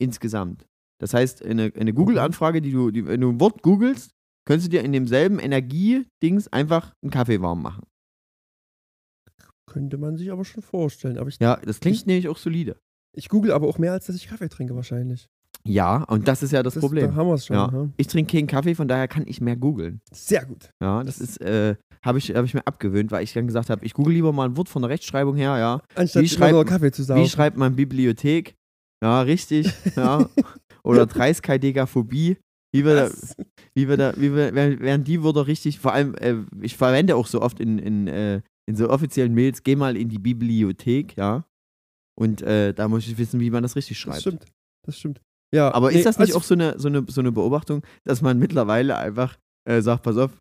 [SPEAKER 2] Insgesamt. Das heißt, eine, eine Google-Anfrage, die du, die, wenn du ein Wort googelst, könntest du dir in demselben Energiedings einfach einen Kaffee warm machen.
[SPEAKER 1] Könnte man sich aber schon vorstellen. Aber ich,
[SPEAKER 2] Ja, das klingt nämlich auch solide.
[SPEAKER 1] ich google aber auch mehr, als dass ich Kaffee trinke wahrscheinlich.
[SPEAKER 2] Ja, und das ist ja das,
[SPEAKER 1] ist- Da
[SPEAKER 2] Problem.
[SPEAKER 1] haben wir es schon.
[SPEAKER 2] Ja.
[SPEAKER 1] ja.
[SPEAKER 2] Ich trinke keinen Kaffee, von daher kann ich mehr googeln.
[SPEAKER 1] Sehr gut.
[SPEAKER 2] Ja, das ist, äh, habe ich, hab ich mir abgewöhnt, weil ich dann gesagt habe, ich google lieber mal ein Wort von der Rechtschreibung her, ja.
[SPEAKER 1] Anstatt
[SPEAKER 2] Wie
[SPEAKER 1] immer
[SPEAKER 2] schreibt
[SPEAKER 1] nur
[SPEAKER 2] man-
[SPEAKER 1] Kaffee zu
[SPEAKER 2] Wie
[SPEAKER 1] saugen.
[SPEAKER 2] schreibt man Bibliothek? Ja, richtig, ja. Oder Dreiskaldegaphobie. Wie wir, da,
[SPEAKER 1] Das-
[SPEAKER 2] wie wir da, wie wir, wär- wären die Wörter richtig, vor allem, äh, ich verwende auch so oft in, in, äh, in so offiziellen Mails, geh mal in die Bibliothek, ja. Und äh, da muss ich wissen, wie man das richtig
[SPEAKER 1] Das
[SPEAKER 2] schreibt.
[SPEAKER 1] stimmt. Das stimmt. Ja,
[SPEAKER 2] Aber
[SPEAKER 1] nee,
[SPEAKER 2] ist das nicht
[SPEAKER 1] also-
[SPEAKER 2] auch so eine, so, eine, so eine Beobachtung, dass man mittlerweile einfach äh, sagt, pass auf,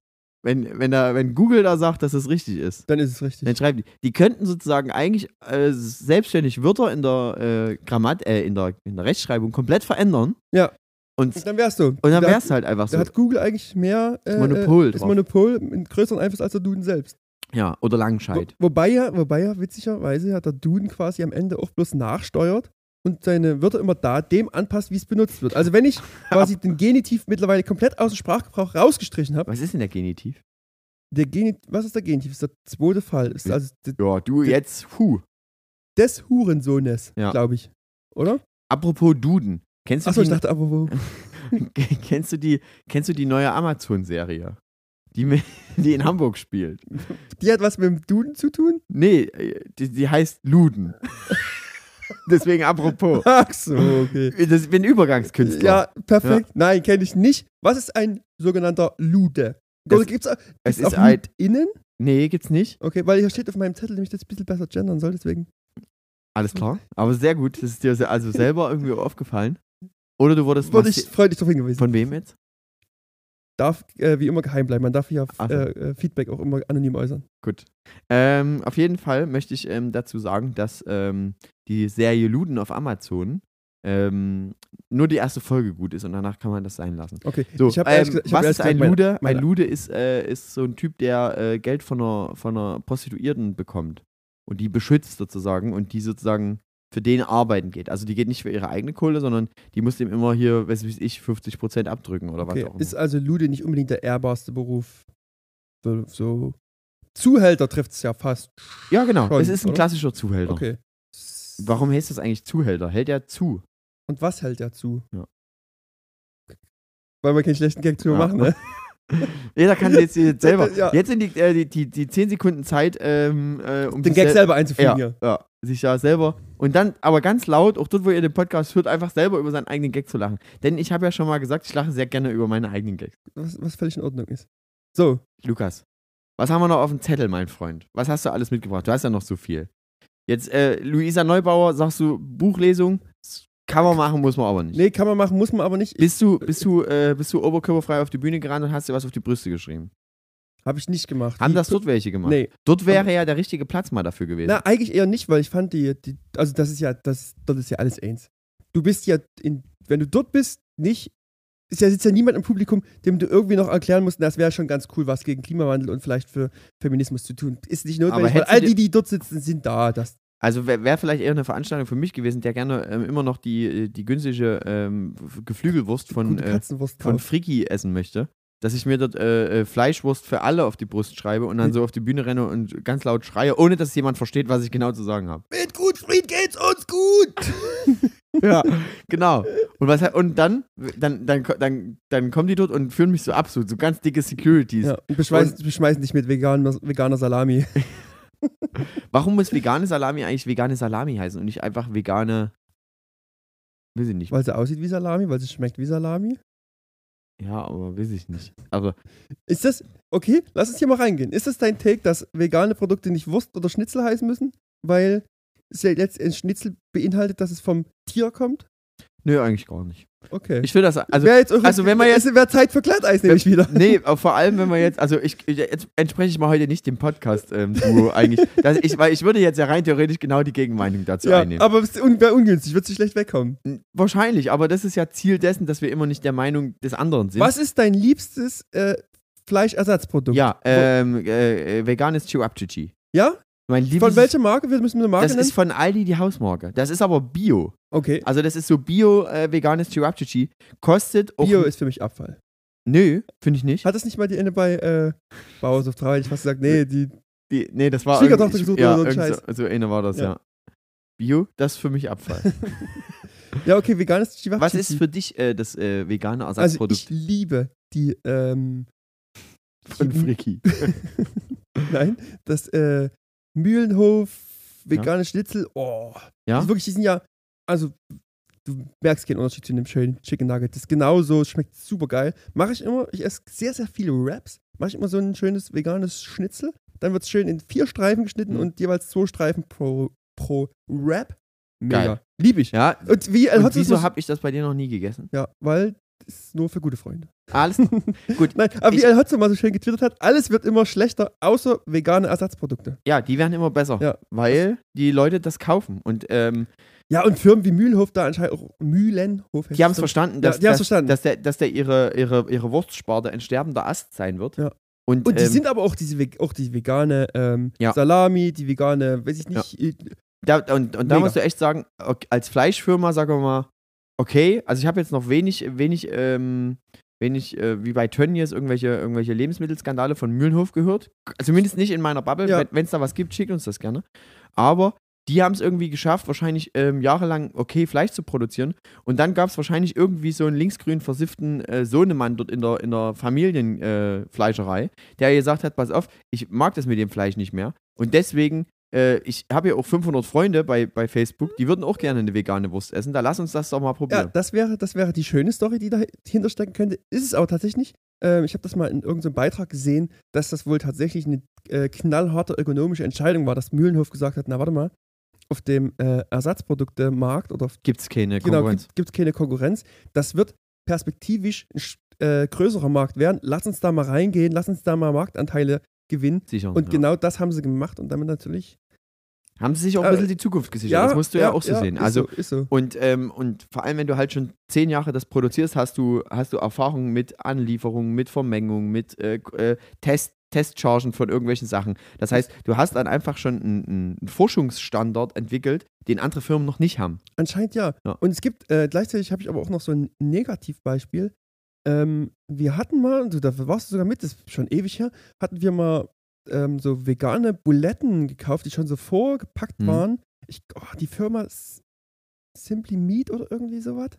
[SPEAKER 2] wenn, wenn, da, wenn Google da sagt, dass es richtig ist,
[SPEAKER 1] Dann ist es richtig.
[SPEAKER 2] Dann schreiben die. Die könnten sozusagen eigentlich äh, selbstständig Wörter in der äh, Grammat, äh, in der, in der Rechtschreibung komplett verändern.
[SPEAKER 1] Ja.
[SPEAKER 2] Und,
[SPEAKER 1] Und dann wärst du.
[SPEAKER 2] und dann
[SPEAKER 1] Da-
[SPEAKER 2] wäre es halt einfach
[SPEAKER 1] Da
[SPEAKER 2] so.
[SPEAKER 1] hat Google eigentlich mehr äh,
[SPEAKER 2] Monopol
[SPEAKER 1] äh, das
[SPEAKER 2] drauf.
[SPEAKER 1] Monopol einen größeren Einfluss als der Duden selbst.
[SPEAKER 2] Ja, oder
[SPEAKER 1] Wo,
[SPEAKER 2] Langscheid.
[SPEAKER 1] wobei ja, wobei ja witzigerweise hat der Duden quasi am Ende auch bloß nachsteuert und seine Wörter immer da dem anpasst, wie es benutzt wird. Also wenn ich quasi den Genitiv mittlerweile komplett aus dem Sprachgebrauch rausgestrichen habe,
[SPEAKER 2] Was ist denn der Genitiv?
[SPEAKER 1] der Genitiv, was ist der Genitiv? Ist der zweite Fall. Ist also de-
[SPEAKER 2] Ja, du jetzt, hu.
[SPEAKER 1] des Hurensohnes,
[SPEAKER 2] Ja.
[SPEAKER 1] glaube ich. Oder?
[SPEAKER 2] Apropos Duden. Kennst du,
[SPEAKER 1] Achso, ich
[SPEAKER 2] die,
[SPEAKER 1] dachte, aber wo?
[SPEAKER 2] kennst du, die, kennst du die neue Amazon-Serie? Die, mit- die in Hamburg spielt.
[SPEAKER 1] Die hat was mit dem Duden zu tun?
[SPEAKER 2] Nee, äh, die, die heißt Luden. Deswegen apropos.
[SPEAKER 1] Ach so, okay.
[SPEAKER 2] Das, ich bin Übergangskünstler.
[SPEAKER 1] Ja, perfekt. Nein, kenne ich nicht. Was ist ein sogenannter Lude?
[SPEAKER 2] Das-
[SPEAKER 1] Oder gibt's auch,
[SPEAKER 2] es
[SPEAKER 1] gibt's
[SPEAKER 2] ist
[SPEAKER 1] auch
[SPEAKER 2] ein.
[SPEAKER 1] innen?
[SPEAKER 2] Nee, gibt's nicht.
[SPEAKER 1] Okay, weil hier steht auf meinem Zettel, nämlich das ein bisschen besser gendern soll, deswegen.
[SPEAKER 2] Alles
[SPEAKER 1] Hm.
[SPEAKER 2] klar. Aber sehr gut. Das ist dir se- also selber irgendwie aufgefallen. Oder du wurdest.
[SPEAKER 1] Wurde
[SPEAKER 2] massi-
[SPEAKER 1] ich freundlich darauf hingewiesen.
[SPEAKER 2] von wem jetzt?
[SPEAKER 1] darf äh, wie immer geheim bleiben. Man darf ja
[SPEAKER 2] Ach so.
[SPEAKER 1] äh, äh, Feedback auch immer anonym äußern.
[SPEAKER 2] Gut. Ähm, auf jeden Fall möchte ich ähm, dazu sagen, dass ähm, die Serie Luden auf Amazon ähm, nur die erste Folge gut ist und danach kann man das sein lassen.
[SPEAKER 1] Okay,
[SPEAKER 2] So,
[SPEAKER 1] ich habe
[SPEAKER 2] ähm, was ist ein Lude?
[SPEAKER 1] meine-
[SPEAKER 2] ein Lude ist, äh, ist so ein Typ, der äh, Geld von einer, von einer Prostituierten bekommt und die beschützt sozusagen und die sozusagen für den arbeiten geht. Also die geht nicht für ihre eigene Kohle, sondern die muss dem immer hier, weiß weiß ich, 50% abdrücken oder
[SPEAKER 1] Okay,
[SPEAKER 2] was auch
[SPEAKER 1] ist
[SPEAKER 2] immer.
[SPEAKER 1] also Lude nicht unbedingt der ehrbarste Beruf? So, so. Zuhälter trifft es ja fast.
[SPEAKER 2] Ja, genau.
[SPEAKER 1] schon,
[SPEAKER 2] es ist ein
[SPEAKER 1] oder?
[SPEAKER 2] klassischer Zuhälter.
[SPEAKER 1] Okay.
[SPEAKER 2] Warum heißt das eigentlich Zuhälter? Hält er zu?
[SPEAKER 1] Und was hält er zu?
[SPEAKER 2] Ja.
[SPEAKER 1] Weil man keinen schlechten Gag drüber
[SPEAKER 2] Ja.
[SPEAKER 1] machen, ne?
[SPEAKER 2] Jeder kann jetzt jetzt selber.
[SPEAKER 1] Ja.
[SPEAKER 2] Jetzt sind die, äh, die, die, die 10 Sekunden Zeit, ähm, äh, um
[SPEAKER 1] Den
[SPEAKER 2] sich
[SPEAKER 1] Gag
[SPEAKER 2] sel-
[SPEAKER 1] selber einzufügen.
[SPEAKER 2] ja,
[SPEAKER 1] Ja.
[SPEAKER 2] ja, sich ja selber. Und dann, aber ganz laut, auch dort, wo ihr den Podcast hört, einfach selber über seinen eigenen Gag zu lachen. Denn ich habe ja schon mal gesagt, ich lache sehr gerne über meine eigenen Gags.
[SPEAKER 1] Was, was völlig in Ordnung ist. So,
[SPEAKER 2] Lukas, was haben wir noch auf dem Zettel, mein Freund? Was hast du alles mitgebracht? Du hast ja noch so viel. Jetzt, äh, Luisa Neubauer, sagst du, Buchlesung, kann man machen, muss man aber nicht.
[SPEAKER 1] nee, kann man machen, muss man aber nicht.
[SPEAKER 2] Bist du, bist du, äh, bist du oberkörperfrei auf die Bühne gerannt und hast dir was auf die Brüste geschrieben?
[SPEAKER 1] Habe ich nicht gemacht.
[SPEAKER 2] Haben
[SPEAKER 1] Wie-
[SPEAKER 2] das dort welche gemacht?
[SPEAKER 1] Nee,
[SPEAKER 2] Dort wäre ja der richtige Platz mal dafür gewesen.
[SPEAKER 1] Na, eigentlich eher nicht, weil ich fand die, die also das ist ja, das, das ist ja alles eins. Du bist ja, in, wenn du dort bist, nicht, ist ja, sitzt ja niemand im Publikum, dem du irgendwie noch erklären musst, das wäre schon ganz cool, was gegen Klimawandel und vielleicht für Feminismus zu tun. Ist nicht
[SPEAKER 2] Aber
[SPEAKER 1] notwendig, weil
[SPEAKER 2] hättest du
[SPEAKER 1] all
[SPEAKER 2] dir-
[SPEAKER 1] die, die dort sitzen, sind da. Das,
[SPEAKER 2] Also wäre wär vielleicht eher eine Veranstaltung für mich gewesen, der gerne ähm, immer noch die, äh, die günstige ähm, f- Geflügelwurst von,
[SPEAKER 1] gute
[SPEAKER 2] äh,
[SPEAKER 1] Katzenwurst
[SPEAKER 2] von
[SPEAKER 1] drauf.
[SPEAKER 2] Friki essen möchte. Dass ich mir dort äh, äh, Fleischwurst für alle auf die Brust schreibe und dann so auf die Bühne renne und ganz laut schreie, ohne dass jemand versteht, was ich genau zu sagen habe.
[SPEAKER 1] Mit Gutfried geht's uns gut!
[SPEAKER 2] Ja, genau. Und, was, und dann, dann, dann, dann, dann kommen die dort und führen mich so ab, so, so ganz dicke Securities.
[SPEAKER 1] Ja, und beschmeißen, beschmeißen dich mit veganer, veganer Salami.
[SPEAKER 2] Warum muss vegane Salami eigentlich vegane Salami heißen und nicht einfach vegane. Weiß ich nicht.
[SPEAKER 1] Weil sie aussieht wie Salami, weil sie schmeckt wie Salami.
[SPEAKER 2] Ja, aber weiß ich nicht. Also, Aber
[SPEAKER 1] Ist das, okay, lass uns hier mal reingehen. Ist das dein Take, dass vegane Produkte nicht Wurst oder Schnitzel heißen müssen? Weil es ja jetzt ein Schnitzel beinhaltet, dass es vom Tier kommt?
[SPEAKER 2] Nö, eigentlich gar nicht.
[SPEAKER 1] Okay.
[SPEAKER 2] Ich will das, also,
[SPEAKER 1] Wär jetzt auch-
[SPEAKER 2] also wenn man jetzt-
[SPEAKER 1] Es wäre Zeit für Glatteis, nehme ich wieder.
[SPEAKER 2] nee, aber vor allem, wenn wir jetzt, also ich, ich- jetzt entspreche ich mal heute nicht dem Podcast-Duo eigentlich, dass ich, weil ich würde jetzt ja rein theoretisch genau die Gegenmeinung dazu
[SPEAKER 1] Ja,
[SPEAKER 2] einnehmen.
[SPEAKER 1] aber es un- wäre ungünstig, wird sich schlecht wegkommen.
[SPEAKER 2] Wahrscheinlich, aber das ist ja Ziel dessen, dass wir immer nicht der Meinung des anderen sind.
[SPEAKER 1] Was ist dein liebstes äh, Fleischersatzprodukt?
[SPEAKER 2] Ja, ähm, äh, äh, veganes Chewabchichi.
[SPEAKER 1] Ja?
[SPEAKER 2] Mein Lieblings
[SPEAKER 1] Von welcher Marke? Wir müssen eine Marke
[SPEAKER 2] Das
[SPEAKER 1] nennen.
[SPEAKER 2] ist von Aldi die Hausmarke. Das ist aber Bio.
[SPEAKER 1] okay.
[SPEAKER 2] Also das ist so Bio äh, veganes Chewabchichi. Kostet auch
[SPEAKER 1] Bio ist für mich Abfall.
[SPEAKER 2] Nö, finde ich nicht.
[SPEAKER 1] Hat das nicht mal die Ende bei äh, Bauhaus of 3? Ich fast gesagt, nee, die
[SPEAKER 2] Die, nee, das war
[SPEAKER 1] Schwiegertochter
[SPEAKER 2] irgendwie-
[SPEAKER 1] gesucht
[SPEAKER 2] ja,
[SPEAKER 1] oder so ein
[SPEAKER 2] irgend
[SPEAKER 1] Scheiß.
[SPEAKER 2] So, so eine war das,
[SPEAKER 1] Ja.
[SPEAKER 2] ja. Bio, das ist für mich Abfall.
[SPEAKER 1] Ja, okay, veganes Chivapchichi.
[SPEAKER 2] Was ist für dich äh, das äh, vegane
[SPEAKER 1] Also ich
[SPEAKER 2] Ersatzprodukt
[SPEAKER 1] liebe die, ähm,
[SPEAKER 2] von Friki?
[SPEAKER 1] nein, das äh, Mühlenhof vegane Schnitzel. Oh,
[SPEAKER 2] Ja?
[SPEAKER 1] das ist wirklich, die sind ja, also du merkst keinen Unterschied zu einem schönen Chicken Nugget. Das ist genauso, es schmeckt super geil. Mache ich immer, ich esse sehr, sehr viele Wraps. Mache ich immer so ein schönes veganes Schnitzel. Dann wird es schön in vier Streifen geschnitten
[SPEAKER 2] Mhm.
[SPEAKER 1] und jeweils zwei Streifen pro, pro Wrap. Mega.
[SPEAKER 2] Geil.
[SPEAKER 1] Lieb ich.
[SPEAKER 2] Ja.
[SPEAKER 1] Und wie El
[SPEAKER 2] Und
[SPEAKER 1] Hotzo
[SPEAKER 2] wieso
[SPEAKER 1] muss-
[SPEAKER 2] habe ich das bei dir noch nie gegessen?
[SPEAKER 1] Ja, weil das ist nur für gute Freunde.
[SPEAKER 2] Alles gut.
[SPEAKER 1] Nein, aber wie
[SPEAKER 2] Ich-
[SPEAKER 1] El Hotzo mal so schön getwittert hat, alles wird immer schlechter, außer vegane Ersatzprodukte.
[SPEAKER 2] Ja, die werden immer besser,
[SPEAKER 1] Ja.
[SPEAKER 2] weil die Leute das kaufen und ähm,
[SPEAKER 1] Ja, und Firmen wie Mühlenhof da anscheinend auch Mühlenhof.
[SPEAKER 2] die haben es verstanden,
[SPEAKER 1] Ja,
[SPEAKER 2] dass,
[SPEAKER 1] die haben's
[SPEAKER 2] dass,
[SPEAKER 1] verstanden.
[SPEAKER 2] dass der, dass der ihre, ihre, ihre Wurstsparte ein sterbender Ast sein wird.
[SPEAKER 1] Ja.
[SPEAKER 2] Und,
[SPEAKER 1] Und die
[SPEAKER 2] ähm,
[SPEAKER 1] sind aber auch diese Ve- auch die vegane ähm,
[SPEAKER 2] Ja.
[SPEAKER 1] Salami, die vegane, weiß ich nicht. äh,
[SPEAKER 2] Da, und, und da
[SPEAKER 1] Mega.
[SPEAKER 2] musst du echt sagen, ok- als Fleischfirma, sagen wir mal, okay, also ich habe jetzt noch wenig, wenig, ähm, wenig, äh, wie bei Tönnies, irgendwelche, irgendwelche Lebensmittelskandale von Mühlenhof gehört. Zumindest nicht in meiner Bubble.
[SPEAKER 1] Ja.
[SPEAKER 2] Wenn es da was gibt, schickt uns das gerne. Aber die haben es irgendwie geschafft, wahrscheinlich ähm, jahrelang okay Fleisch zu produzieren. Und dann gab es wahrscheinlich irgendwie so einen linksgrün versifften äh, Sohnemann dort in der, in der Familienfleischerei, äh, Fleischerei, der gesagt hat, pass auf, ich mag das mit dem Fleisch nicht mehr. Und deswegen, äh, ich habe ja auch 500 Freunde bei, bei Facebook, die würden auch gerne eine vegane Wurst essen. Da lass uns das doch mal
[SPEAKER 1] Ja,
[SPEAKER 2] probieren.
[SPEAKER 1] das wäre, das wäre die schöne Story, die dahinter stecken könnte. Ist es aber tatsächlich nicht. Ähm, ich habe das mal in irgendeinem Beitrag gesehen, dass das wohl tatsächlich eine äh, knallharte ökonomische Entscheidung war, dass Mühlenhof gesagt hat, na warte mal, auf dem äh, Ersatzproduktemarkt oder auf,
[SPEAKER 2] Gibt's keine
[SPEAKER 1] genau,
[SPEAKER 2] Konkurrenz.
[SPEAKER 1] gibt es keine Konkurrenz. Das wird perspektivisch ein sch- äh, größerer Markt werden. Lass uns da mal reingehen, lass uns da mal Marktanteile gewinnen.
[SPEAKER 2] Sicher.
[SPEAKER 1] Und
[SPEAKER 2] ja.
[SPEAKER 1] genau das haben sie gemacht und damit natürlich.
[SPEAKER 2] Haben sie sich auch ein
[SPEAKER 1] Äh,
[SPEAKER 2] bisschen die Zukunft gesichert. das musst du ja, auch so sehen.
[SPEAKER 1] ist
[SPEAKER 2] Also
[SPEAKER 1] so, ist so.
[SPEAKER 2] Und, ähm, und vor allem, wenn du halt schon zehn Jahre das produzierst, hast du, hast du Erfahrung mit Anlieferungen, mit Vermengungen, mit äh, K- äh, Test, Testchargen von irgendwelchen Sachen. Das heißt, du hast dann einfach schon einen, einen Forschungsstandard entwickelt, den andere Firmen noch nicht haben.
[SPEAKER 1] Anscheinend ja.
[SPEAKER 2] Ja.
[SPEAKER 1] Und es gibt, äh, gleichzeitig habe ich aber auch noch so ein Negativbeispiel. Ähm, wir hatten mal, und du, da warst du sogar mit, das ist schon ewig her, hatten wir mal ähm, so vegane Buletten gekauft, die schon so vorgepackt
[SPEAKER 2] Mhm.
[SPEAKER 1] waren. Ich, oh, die Firma S- Simply Meat oder irgendwie sowas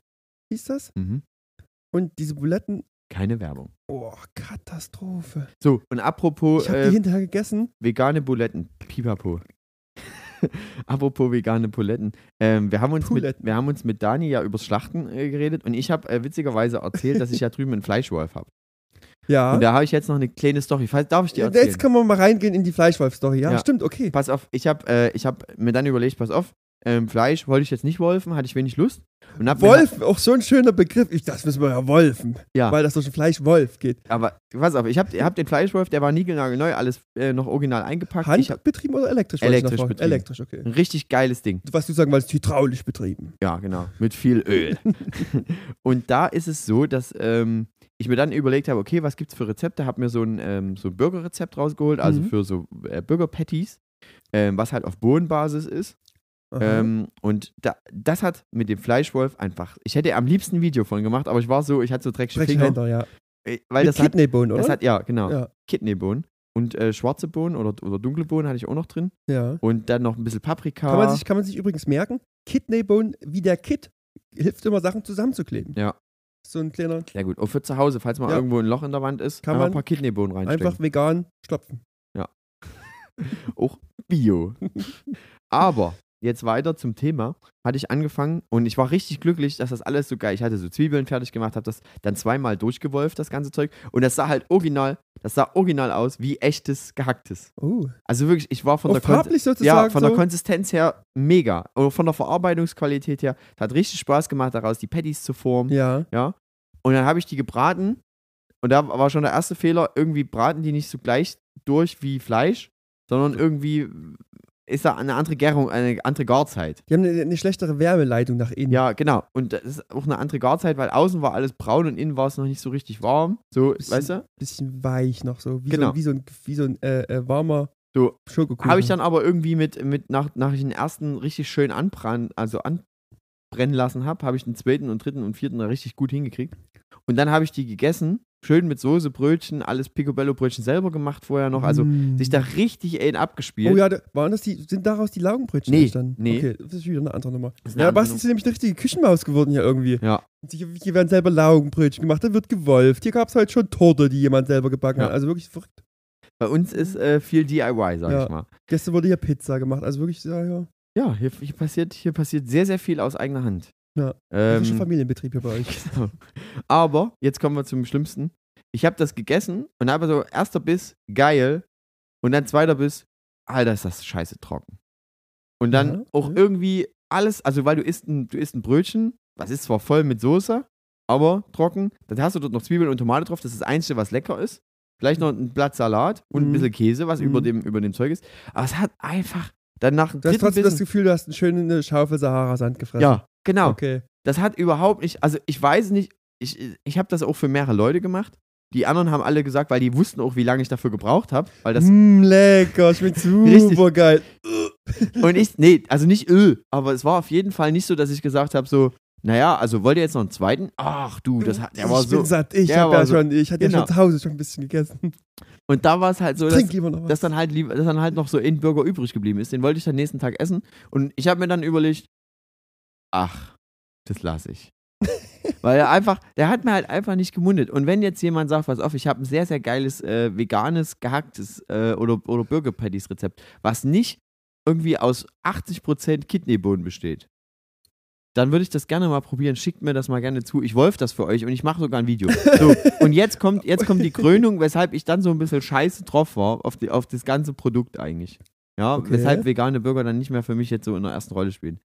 [SPEAKER 1] hieß das. Und diese Buletten,
[SPEAKER 2] Keine Werbung.
[SPEAKER 1] oh, Katastrophe.
[SPEAKER 2] So, und apropos
[SPEAKER 1] Ich habe die
[SPEAKER 2] äh,
[SPEAKER 1] hinterher gegessen.
[SPEAKER 2] vegane Buletten. Pipapo. apropos vegane Buletten. Ähm, wir, haben uns mit,
[SPEAKER 1] Buletten.
[SPEAKER 2] wir haben uns mit Dani ja übers Schlachten äh, geredet und ich habe äh, witzigerweise erzählt, dass ich ja drüben einen Fleischwolf habe.
[SPEAKER 1] Ja.
[SPEAKER 2] Und da habe ich jetzt noch eine kleine Story. Falls- Darf ich dir
[SPEAKER 1] Ja,
[SPEAKER 2] erzählen?
[SPEAKER 1] Jetzt können wir mal reingehen in die Fleischwolf-Story. Ja,
[SPEAKER 2] Ja.
[SPEAKER 1] stimmt, okay.
[SPEAKER 2] Pass auf, ich habe äh, ich hab mir dann überlegt, pass auf, ähm, Fleisch wollte ich jetzt nicht wolfen, hatte ich wenig Lust. Und hab mir-
[SPEAKER 1] Wolf, auch so ein schöner Begriff. Ich, das müssen wir ja wolfen.
[SPEAKER 2] Ja.
[SPEAKER 1] Weil das durch ein Fleisch Wolf geht.
[SPEAKER 2] aber pass auf, ich habe hab den Fleischwolf, der war niegelnagelneu, alles äh, noch original eingepackt. Ich hab
[SPEAKER 1] Handbetrieben oder elektrisch? wollte ich
[SPEAKER 2] Elektrisch
[SPEAKER 1] nachfragen.
[SPEAKER 2] betrieben.
[SPEAKER 1] Elektrisch, okay.
[SPEAKER 2] ein richtig geiles Ding.
[SPEAKER 1] Was du sagen wolltest, hydraulisch betrieben.
[SPEAKER 2] Ja, genau. Mit viel Öl. und da ist es so, dass ähm, ich mir dann überlegt habe, okay, was gibt's für Rezepte? Habe mir so ein, ähm, so ein Burgerrezept rausgeholt, also
[SPEAKER 1] Mhm.
[SPEAKER 2] für so äh, Burger-Patties, ähm, was halt auf Bohnenbasis ist.
[SPEAKER 1] Aha.
[SPEAKER 2] Ähm, und da, das hat mit dem Fleischwolf einfach. Ich hätte am liebsten ein Video von gemacht, aber ich war so, ich hatte so dreckige
[SPEAKER 1] Brechen
[SPEAKER 2] Finger.
[SPEAKER 1] Händler, ja.
[SPEAKER 2] Äh, Weil
[SPEAKER 1] Mit
[SPEAKER 2] das hat,
[SPEAKER 1] Kidneybone, oder?
[SPEAKER 2] das hat, ja, genau.
[SPEAKER 1] Ja.
[SPEAKER 2] Kidneybohnen. Und äh, schwarze Bohnen oder, oder dunkle Bohnen hatte ich auch noch drin.
[SPEAKER 1] ja.
[SPEAKER 2] Und dann noch ein bisschen Paprika.
[SPEAKER 1] Kann, man sich, kann man sich übrigens merken, Kidneybone, wie der Kid, hilft immer, Sachen zusammenzukleben.
[SPEAKER 2] Ja.
[SPEAKER 1] So ein kleiner,
[SPEAKER 2] ja gut, auch für zu Hause, falls mal
[SPEAKER 1] Ja.
[SPEAKER 2] irgendwo ein Loch in der Wand ist,
[SPEAKER 1] Kann
[SPEAKER 2] einfach
[SPEAKER 1] man
[SPEAKER 2] ein paar Kidneybohnen reinstecken.
[SPEAKER 1] einfach vegan stopfen.
[SPEAKER 2] auch Bio. Aber jetzt weiter zum Thema. Hatte ich angefangen und ich war richtig glücklich, dass das alles so geil. Ich hatte so Zwiebeln fertig gemacht, habe das dann zweimal durchgewolft, das ganze Zeug. Und das sah halt original, das sah original aus wie echtes gehacktes.
[SPEAKER 1] Oh.
[SPEAKER 2] Also wirklich, ich war von
[SPEAKER 1] Auch
[SPEAKER 2] der Kon-
[SPEAKER 1] farblich sozusagen.
[SPEAKER 2] ja, von
[SPEAKER 1] so.
[SPEAKER 2] der Konsistenz her mega. Und von der Verarbeitungsqualität her, hat richtig Spaß gemacht, daraus die Patties zu formen.
[SPEAKER 1] ja.
[SPEAKER 2] Ja. Und dann habe ich die gebraten. Und da war schon der erste Fehler, irgendwie braten die nicht so gleich durch wie Fleisch, sondern irgendwie ist da eine andere Gärung, eine andere Garzeit.
[SPEAKER 1] Die haben eine, eine schlechtere Wärmeleitung nach innen.
[SPEAKER 2] Ja, genau. Und das ist auch eine andere Garzeit, weil außen war alles braun und innen war es noch nicht so richtig warm. So,
[SPEAKER 1] Bisschen-
[SPEAKER 2] weißt du?
[SPEAKER 1] Bisschen weich noch so. Wie so,
[SPEAKER 2] Genau.
[SPEAKER 1] wie so ein, wie so ein äh, äh, warmer
[SPEAKER 2] So,
[SPEAKER 1] Schokokuchen.
[SPEAKER 2] Habe ich dann aber irgendwie mit, mit nach, nach ich den ersten richtig schön anbrennen, also anbrennen lassen habe, habe ich den zweiten und dritten und vierten da richtig gut hingekriegt. Und dann habe ich die gegessen, schön mit Soße, Brötchen, alles Picobello-Brötchen selber gemacht vorher noch, also
[SPEAKER 1] Mm.
[SPEAKER 2] sich da richtig ein abgespielt.
[SPEAKER 1] Oh ja, da, waren das die, sind daraus die Laugenbrötchen
[SPEAKER 2] Nee,
[SPEAKER 1] entstanden?
[SPEAKER 2] nee.
[SPEAKER 1] Okay, das ist wieder eine andere Nummer.
[SPEAKER 2] Das ist eine
[SPEAKER 1] Ja,
[SPEAKER 2] andere
[SPEAKER 1] Basti ist nämlich eine richtige Küchenmaus geworden hier irgendwie.
[SPEAKER 2] Ja.
[SPEAKER 1] Und Hier, hier werden selber Laugenbrötchen gemacht, da wird gewolft. Hier gab es halt schon Torte, die jemand selber gebacken
[SPEAKER 2] Ja.
[SPEAKER 1] hat. Also wirklich verrückt.
[SPEAKER 2] Bei uns ist äh, viel DIY, sag
[SPEAKER 1] Mhm. Ja.
[SPEAKER 2] ich mal.
[SPEAKER 1] Gestern wurde hier Pizza gemacht, also wirklich, ja, ja.
[SPEAKER 2] Ja, hier, hier, passiert, hier passiert sehr, sehr viel aus eigener Hand.
[SPEAKER 1] Ja. Das ist schon
[SPEAKER 2] Ähm,
[SPEAKER 1] Familienbetrieb hier bei euch.
[SPEAKER 2] genau. Aber jetzt kommen wir zum Schlimmsten. Ich habe das gegessen und habe so erster Biss geil und dann zweiter Biss, Alter, ist das scheiße trocken. Und dann
[SPEAKER 1] Ja,
[SPEAKER 2] auch
[SPEAKER 1] ja.
[SPEAKER 2] irgendwie alles, also weil du isst ein, du isst ein Brötchen, das ist zwar voll mit Soße, aber trocken. Dann hast du dort noch Zwiebeln und Tomate drauf, das ist das Einzige, was lecker ist. Vielleicht noch ein Blatt Salat und ein
[SPEAKER 1] Mhm.
[SPEAKER 2] bisschen Käse, was
[SPEAKER 1] Mhm.
[SPEAKER 2] über, dem, über dem Zeug ist. Aber es hat einfach danach einen
[SPEAKER 1] Du hast
[SPEAKER 2] dritten
[SPEAKER 1] trotzdem das
[SPEAKER 2] Bissen.
[SPEAKER 1] Gefühl, du hast eine schöne Schaufel Sahara-Sand gefressen.
[SPEAKER 2] Ja, genau.
[SPEAKER 1] Okay.
[SPEAKER 2] Das hat überhaupt nicht, also ich weiß nicht, ich, ich habe das auch für mehrere Leute gemacht. Die anderen haben alle gesagt, weil die wussten auch, wie lange ich dafür gebraucht habe, weil das
[SPEAKER 1] mm, lecker, schmeckt
[SPEAKER 2] Richtig.
[SPEAKER 1] super geil.
[SPEAKER 2] äh, und ich nee, also nicht öh, aber es war auf jeden Fall nicht so, dass ich gesagt habe so, Naja, also wollt ihr jetzt noch einen zweiten? Ach du, das hat, der war
[SPEAKER 1] ich bin
[SPEAKER 2] so.
[SPEAKER 1] satt. Ich
[SPEAKER 2] der
[SPEAKER 1] habe
[SPEAKER 2] war
[SPEAKER 1] ja
[SPEAKER 2] so-
[SPEAKER 1] schon, ich hatte ja
[SPEAKER 2] Genau.
[SPEAKER 1] schon zu Hause schon ein bisschen gegessen.
[SPEAKER 2] Und da war es halt so, dass,
[SPEAKER 1] Trink immer noch was.
[SPEAKER 2] dass dann halt lieber, dass dann halt noch so ein Burger übrig geblieben ist. Den wollte ich dann nächsten Tag essen. Und ich habe mir dann überlegt, ach, das lasse ich. Weil er einfach, der hat mir halt einfach nicht gemundet. Und wenn jetzt jemand sagt, pass auf, ich habe ein sehr, sehr geiles äh, veganes, gehacktes äh, oder, oder Burger Patties Rezept, was nicht irgendwie aus 80% Kidneybohnen besteht, dann würde ich das gerne mal probieren. Schickt mir das mal gerne zu. Ich wolf das für euch und ich mache sogar ein Video. So, und jetzt kommt, jetzt kommt die Krönung, weshalb ich dann so ein bisschen scheiße drauf war auf, die, auf das ganze Produkt eigentlich. Ja,
[SPEAKER 1] Okay.
[SPEAKER 2] weshalb vegane Burger dann nicht mehr für mich jetzt so in der ersten Rolle spielen.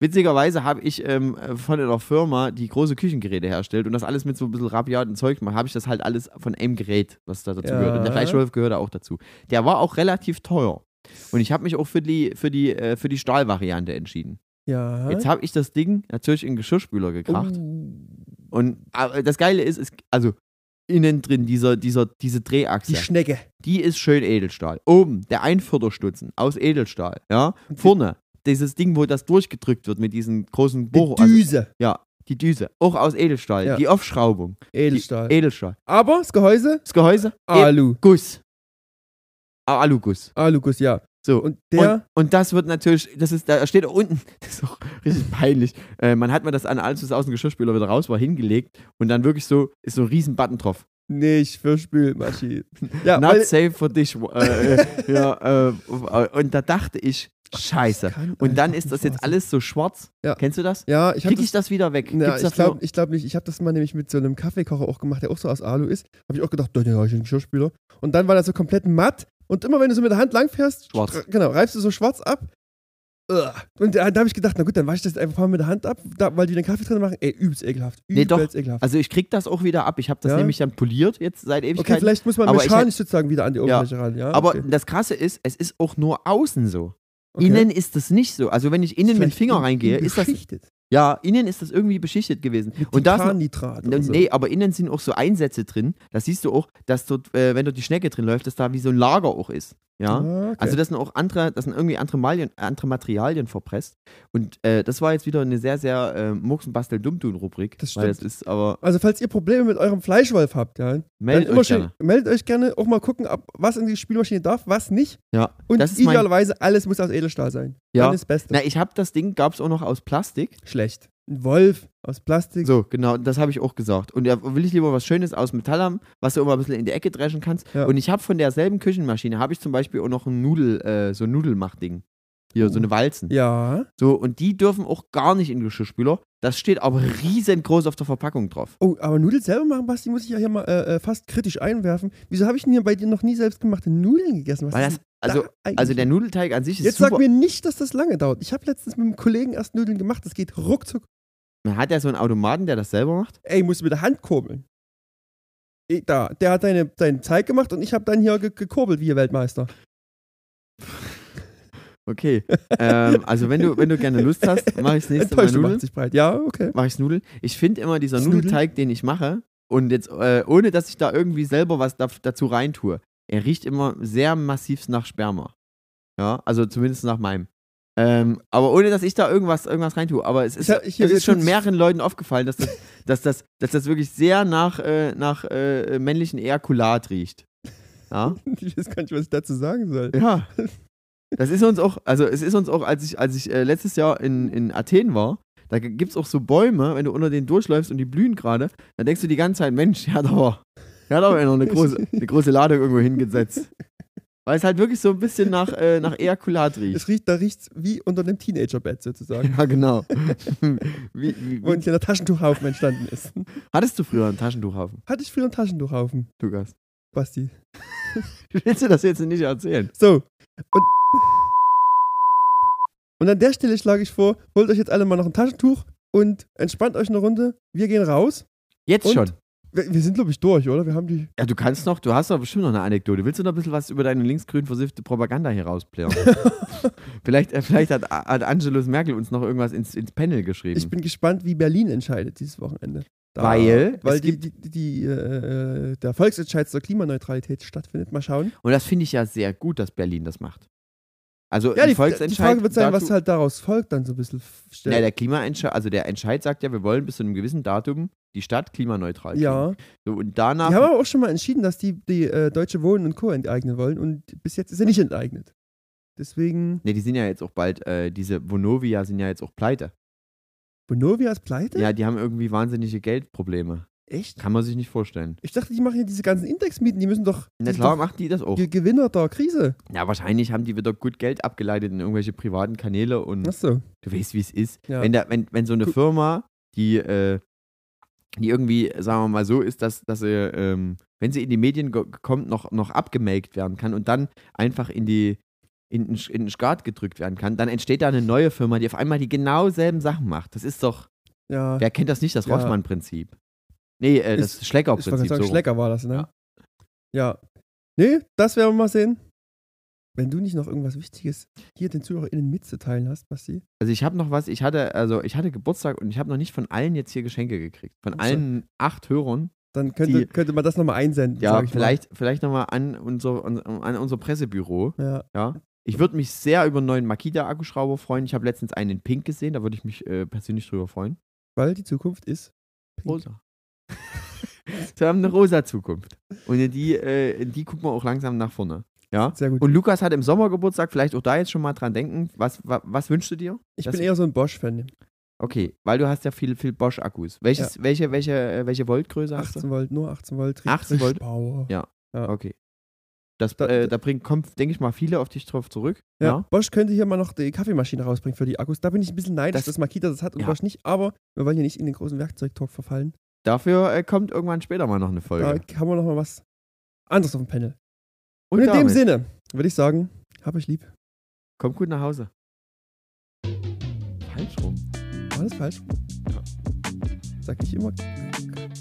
[SPEAKER 2] Witzigerweise habe ich ähm, von einer Firma, die große Küchengeräte herstellt und das alles mit so ein bisschen rabiaten Zeug macht, habe ich das halt alles von einem Gerät, was da dazu
[SPEAKER 1] Ja.
[SPEAKER 2] gehört. Und der Fleischwolf gehörte auch dazu. Der war auch relativ teuer. Und ich habe mich auch für die, für die, äh, für die Stahlvariante entschieden.
[SPEAKER 1] ja.
[SPEAKER 2] Jetzt habe ich das Ding natürlich in den Geschirrspüler gekracht.
[SPEAKER 1] Oh,
[SPEAKER 2] Und aber das Geile ist, es, also innen drin, dieser, dieser, diese Drehachse,
[SPEAKER 1] die
[SPEAKER 2] die,
[SPEAKER 1] Schnecke.
[SPEAKER 2] ist schön Edelstahl. Oben, der Einviertelstutzen aus Edelstahl. Ja?
[SPEAKER 1] Und die-
[SPEAKER 2] Vorne, dieses Ding, wo das durchgedrückt wird mit diesen großen Bohr.
[SPEAKER 1] die Düse.
[SPEAKER 2] ja, die Düse. Auch aus Edelstahl.
[SPEAKER 1] Ja.
[SPEAKER 2] Die Aufschraubung.
[SPEAKER 1] Edelstahl.
[SPEAKER 2] Die Edelstahl.
[SPEAKER 1] Aber das Gehäuse?
[SPEAKER 2] Das Gehäuse? E-
[SPEAKER 1] Alu.
[SPEAKER 2] Guss. Ah, Aluguss.
[SPEAKER 1] Aluguss, ja.
[SPEAKER 2] So.
[SPEAKER 1] Und der.
[SPEAKER 2] und, und das wird natürlich, das ist, da steht unten, das ist auch richtig peinlich. Äh, man hat mir das an alles, was aus dem Geschirrspüler wieder raus war, hingelegt und dann wirklich so, ist so ein Riesenbutton drauf.
[SPEAKER 1] nicht für Spülmaschinen. Ja,
[SPEAKER 2] Not
[SPEAKER 1] weil-
[SPEAKER 2] safe for dich. Äh, äh, ja, äh, und da dachte ich, scheiße.
[SPEAKER 1] Kann
[SPEAKER 2] Und dann
[SPEAKER 1] einfach
[SPEAKER 2] ist das
[SPEAKER 1] nicht wahr
[SPEAKER 2] jetzt
[SPEAKER 1] sein.
[SPEAKER 2] alles so schwarz.
[SPEAKER 1] Ja.
[SPEAKER 2] Kennst du das?
[SPEAKER 1] Ja, ich habe
[SPEAKER 2] Krieg
[SPEAKER 1] das.
[SPEAKER 2] ich das wieder weg?
[SPEAKER 1] Na,
[SPEAKER 2] Gibt's
[SPEAKER 1] ich
[SPEAKER 2] dafür-
[SPEAKER 1] glaube ich glaub nicht. Ich habe das mal nämlich mit so einem Kaffeekocher auch gemacht, der auch so aus Alu ist. Habe ich auch gedacht, da habe ich einen Geschirrspüler. Und dann war das so komplett matt. Und immer wenn du so mit der Hand langfährst,
[SPEAKER 2] Schwarz.
[SPEAKER 1] stra- genau, reibst du so schwarz ab. Ugh. Und da, da habe ich gedacht, na gut, dann wasche ich das einfach mal mit der Hand ab, da, weil die den Kaffee drin machen. Ey, übelst ekelhaft. Übelst
[SPEAKER 2] Nee, doch.
[SPEAKER 1] ekelhaft.
[SPEAKER 2] also ich krieg das auch wieder ab. Ich habe das
[SPEAKER 1] Ja.
[SPEAKER 2] nämlich dann poliert jetzt seit Ewigkeiten.
[SPEAKER 1] okay, vielleicht muss man
[SPEAKER 2] Aber ich hätt-
[SPEAKER 1] mechanisch sozusagen wieder an die Oberfläche ran. Ja,
[SPEAKER 2] Aber
[SPEAKER 1] Ah, okay.
[SPEAKER 2] das Krasse ist, es ist auch nur außen so.
[SPEAKER 1] Okay.
[SPEAKER 2] Innen ist das nicht so. Also wenn ich innen mit dem
[SPEAKER 1] Vielleicht
[SPEAKER 2] Finger
[SPEAKER 1] irgendwie
[SPEAKER 2] reingehe, ist das
[SPEAKER 1] Beschichtet.
[SPEAKER 2] ja innen ist das irgendwie beschichtet gewesen.
[SPEAKER 1] Mit
[SPEAKER 2] Und da ist
[SPEAKER 1] Titannitrat
[SPEAKER 2] Nee,
[SPEAKER 1] oder so.
[SPEAKER 2] nee, aber innen sind auch so Einsätze drin. Das siehst du auch, dass dort, äh, wenn dort die Schnecke drin läuft, dass da wie so ein Lager auch ist. Ja.
[SPEAKER 1] Ah, okay.
[SPEAKER 2] Also das sind auch andere, das sind irgendwie andere, Malien, andere Materialien verpresst. Und äh, das war jetzt wieder eine sehr, sehr äh, Murksenbastel-Dummtun-Rubrik.
[SPEAKER 1] Das
[SPEAKER 2] Weil das
[SPEAKER 1] stimmt.
[SPEAKER 2] ist, aber
[SPEAKER 1] Also, falls ihr Probleme mit eurem Fleischwolf habt, ja,
[SPEAKER 2] meldet
[SPEAKER 1] dann immer
[SPEAKER 2] euch
[SPEAKER 1] schön-
[SPEAKER 2] gerne.
[SPEAKER 1] meldet euch gerne auch mal gucken, ab, was in die Spielmaschine darf, was nicht.
[SPEAKER 2] Ja,
[SPEAKER 1] Und
[SPEAKER 2] das ist mein,
[SPEAKER 1] idealerweise alles muss aus Edelstahl sein.
[SPEAKER 2] Ja.
[SPEAKER 1] Dann ist Beste.
[SPEAKER 2] na, ich habe das Ding, gab es auch noch aus Plastik.
[SPEAKER 1] Schlecht. Ein Wolf aus Plastik.
[SPEAKER 2] So, genau, das habe ich auch gesagt. Und da will ich lieber was Schönes aus Metall haben, was du immer ein bisschen in die Ecke dreschen kannst.
[SPEAKER 1] Ja.
[SPEAKER 2] Und ich habe von derselben Küchenmaschine, habe ich zum Beispiel auch noch ein Nudel, äh, so ein Nudelmachding. Hier, so eine Walzen.
[SPEAKER 1] Oh. Ja.
[SPEAKER 2] So, und die dürfen auch gar nicht in den Geschirrspüler. Das steht aber riesengroß auf der Verpackung drauf.
[SPEAKER 1] Oh, aber Nudeln selber machen, Basti, muss ich ja hier mal äh, äh, fast kritisch einwerfen. Wieso habe ich denn hier bei dir noch nie selbstgemachte Nudeln gegessen? Was
[SPEAKER 2] Weil das,
[SPEAKER 1] ist denn
[SPEAKER 2] also,
[SPEAKER 1] da eigentlich?
[SPEAKER 2] also der Nudelteig an sich ist
[SPEAKER 1] Jetzt
[SPEAKER 2] super.
[SPEAKER 1] sag mir nicht, dass das lange dauert. Ich habe letztens mit einem Kollegen erst Nudeln gemacht. Das geht ruckzuck.
[SPEAKER 2] Man hat ja so einen Automaten, der das selber macht.
[SPEAKER 1] Ey, musst du mit der Hand kurbeln. Eh, Da, der hat deine, deinen Zeig gemacht und ich habe dann hier ge gekurbelt wie Weltmeister.
[SPEAKER 2] Okay. ähm, also wenn du, wenn du gerne Lust hast, mache ich das nächste Mal
[SPEAKER 1] Enttäuscht
[SPEAKER 2] Nudeln.
[SPEAKER 1] macht sich breit. Ja, okay.
[SPEAKER 2] Mache ich Nudeln. Ich finde immer dieser
[SPEAKER 1] Das
[SPEAKER 2] Nudelteig, den ich mache, und jetzt, äh, ohne dass ich da irgendwie selber was da, dazu reintue, er riecht immer sehr massiv nach Sperma. Ja, also zumindest nach meinem. Ähm, aber ohne dass ich da irgendwas, irgendwas reintue. Aber es ist,
[SPEAKER 1] Ich hab- hier-
[SPEAKER 2] es
[SPEAKER 1] jetzt
[SPEAKER 2] ist schon
[SPEAKER 1] tut's-
[SPEAKER 2] mehreren Leuten aufgefallen, dass das, dass das, dass das wirklich sehr nach, äh, nach äh, männlichen Ejakulat riecht. Ja?
[SPEAKER 1] Ich weiß gar nicht, was ich dazu sagen soll.
[SPEAKER 2] Ja. Das ist uns auch, also es ist uns auch, als ich, als ich äh, letztes Jahr in, in Athen war, da gibt es auch so Bäume, wenn du unter denen durchläufst und die blühen gerade, dann denkst du die ganze Zeit, Mensch, der hat aber, der hat aber noch eine große, eine große Ladung irgendwo hingesetzt. Weil es halt wirklich so ein bisschen nach, äh, nach Ejakulat riecht.
[SPEAKER 1] Es riecht, da riecht es wie unter einem Teenagerbett sozusagen.
[SPEAKER 2] Ja, genau. wie, wie, wie,
[SPEAKER 1] Und hier der Taschentuchhaufen entstanden ist.
[SPEAKER 2] hattest du früher einen Taschentuchhaufen,
[SPEAKER 1] Hatte ich früher einen Taschentuchhaufen,
[SPEAKER 2] Lukas?
[SPEAKER 1] Basti.
[SPEAKER 2] Willst du das jetzt nicht erzählen?
[SPEAKER 1] So. Und, und an der Stelle schlage ich vor, holt euch jetzt alle mal noch ein Taschentuch und entspannt euch eine Runde. Wir gehen raus.
[SPEAKER 2] Jetzt
[SPEAKER 1] Und?
[SPEAKER 2] schon.
[SPEAKER 1] Wir, wir sind, glaube ich, durch, oder? Wir haben die.
[SPEAKER 2] Ja, du kannst noch, du hast doch bestimmt noch eine Anekdote. Willst du noch ein bisschen was über deine linksgrün versiffte Propaganda hier rausplären? vielleicht äh, vielleicht hat, hat Angelus Merkel uns noch irgendwas ins, ins Panel geschrieben.
[SPEAKER 1] Ich bin gespannt, wie Berlin entscheidet dieses Wochenende. Da-
[SPEAKER 2] Weil es
[SPEAKER 1] weil die, die, die, die, äh, äh, der Volksentscheid zur Klimaneutralität stattfindet. Mal schauen.
[SPEAKER 2] Und das finde ich ja sehr gut, dass Berlin das macht. Also
[SPEAKER 1] Ja,
[SPEAKER 2] ein
[SPEAKER 1] die, die
[SPEAKER 2] Volksentscheid
[SPEAKER 1] Frage wird sein, was
[SPEAKER 2] dazu-
[SPEAKER 1] halt daraus folgt, dann so ein bisschen f-
[SPEAKER 2] Ja,
[SPEAKER 1] stellen.
[SPEAKER 2] der Klimaentscheid, also der Entscheid sagt ja, wir wollen bis zu einem gewissen Datum die Stadt klimaneutral kriegen.
[SPEAKER 1] ja.
[SPEAKER 2] So, und
[SPEAKER 1] Die
[SPEAKER 2] danach
[SPEAKER 1] haben aber auch schon mal entschieden, dass die, die äh, Deutsche Wohnen und Co. enteignen wollen und bis jetzt ist er nicht enteignet. Deswegen,
[SPEAKER 2] Ne, die sind ja jetzt auch bald, äh, diese Vonovia sind ja jetzt auch pleite.
[SPEAKER 1] Bonovia ist pleite?
[SPEAKER 2] Ja, die haben irgendwie wahnsinnige Geldprobleme.
[SPEAKER 1] Echt?
[SPEAKER 2] Kann man sich nicht vorstellen.
[SPEAKER 1] Ich dachte, die machen ja diese ganzen Indexmieten, die müssen doch, die
[SPEAKER 2] Na
[SPEAKER 1] sind
[SPEAKER 2] klar,
[SPEAKER 1] doch
[SPEAKER 2] machen die das auch.
[SPEAKER 1] Ge Gewinner der Krise.
[SPEAKER 2] Ja, wahrscheinlich haben die wieder gut Geld abgeleitet in irgendwelche privaten Kanäle und
[SPEAKER 1] Achso.
[SPEAKER 2] du weißt, wie es ist.
[SPEAKER 1] Ja.
[SPEAKER 2] Hm. Wenn, da, wenn, wenn so eine
[SPEAKER 1] Gu-
[SPEAKER 2] Firma, die, äh, die irgendwie, sagen wir mal so ist, dass, dass sie, ähm, wenn sie in die Medien ge- kommt, noch, noch abgemelkt werden kann und dann einfach in die in den, Sch- in den Skat gedrückt werden kann, dann entsteht da eine neue Firma, die auf einmal die genau selben Sachen macht. Das ist doch,
[SPEAKER 1] Ja.
[SPEAKER 2] wer kennt das nicht, das
[SPEAKER 1] Ja.
[SPEAKER 2] Rossmann-Prinzip? Nee, äh, das
[SPEAKER 1] Ist- ich wollte gerade
[SPEAKER 2] Schlecker-Prinzip.
[SPEAKER 1] sagen,
[SPEAKER 2] So. rum.
[SPEAKER 1] Schlecker war das, ne? Ja. Nee, das werden wir mal sehen. Wenn du nicht noch irgendwas Wichtiges hier den ZuhörerInnen mitzuteilen hast, Basti.
[SPEAKER 2] Also ich habe noch was, ich hatte, also ich hatte Geburtstag und ich habe noch nicht von allen jetzt hier Geschenke gekriegt. Von
[SPEAKER 1] Ach so.
[SPEAKER 2] allen acht Hörern.
[SPEAKER 1] Dann könnte,
[SPEAKER 2] Die-
[SPEAKER 1] könnte man das nochmal einsenden.
[SPEAKER 2] Ja,
[SPEAKER 1] sag ich mal.
[SPEAKER 2] vielleicht, vielleicht nochmal an unser, an, an unser Pressebüro.
[SPEAKER 1] Ja.
[SPEAKER 2] Ja. Ich würde mich sehr über einen neuen Makita-Akkuschrauber freuen. Ich habe letztens einen in Pink gesehen, da würde ich mich äh, persönlich drüber freuen.
[SPEAKER 1] Weil die Zukunft ist. Pink.
[SPEAKER 2] Rosa. Wir haben eine rosa Zukunft. Und in die, äh, in die gucken wir auch langsam nach vorne. Ja.
[SPEAKER 1] Sehr gut.
[SPEAKER 2] Und Lukas hat im Sommer Geburtstag, vielleicht auch da jetzt schon mal dran denken. Was, was, was wünschst du dir?
[SPEAKER 1] ich
[SPEAKER 2] das-
[SPEAKER 1] bin eher so ein Bosch-Fan.
[SPEAKER 2] Okay, weil du hast ja viel, viel Bosch-Akkus. Welches, welche, welche, äh, welche Voltgröße hast du?
[SPEAKER 1] 18 Volt, nur 18 Volt.
[SPEAKER 2] 18 Volt?
[SPEAKER 1] Power.
[SPEAKER 2] Ja. Okay. Das,
[SPEAKER 1] Da-
[SPEAKER 2] äh, da bringt, kommt, denke ich mal, viele auf dich drauf zurück. ne?
[SPEAKER 1] Ja, Bosch könnte hier mal noch die Kaffeemaschine rausbringen für die Akkus. Da bin ich ein bisschen neidisch,
[SPEAKER 2] Das-
[SPEAKER 1] dass Makita das hat und
[SPEAKER 2] Ja.
[SPEAKER 1] Bosch nicht. Aber wir wollen hier nicht in den großen Werkzeugtalk verfallen.
[SPEAKER 2] Dafür äh, kommt irgendwann später mal noch eine Folge.
[SPEAKER 1] Da haben wir nochmal was anderes auf dem Panel.
[SPEAKER 2] Und,
[SPEAKER 1] und in dem
[SPEAKER 2] damit,
[SPEAKER 1] Sinne würde ich sagen, hab euch lieb.
[SPEAKER 2] kommt gut nach Hause. Falsch rum.
[SPEAKER 1] War das falsch? Sag ich immer.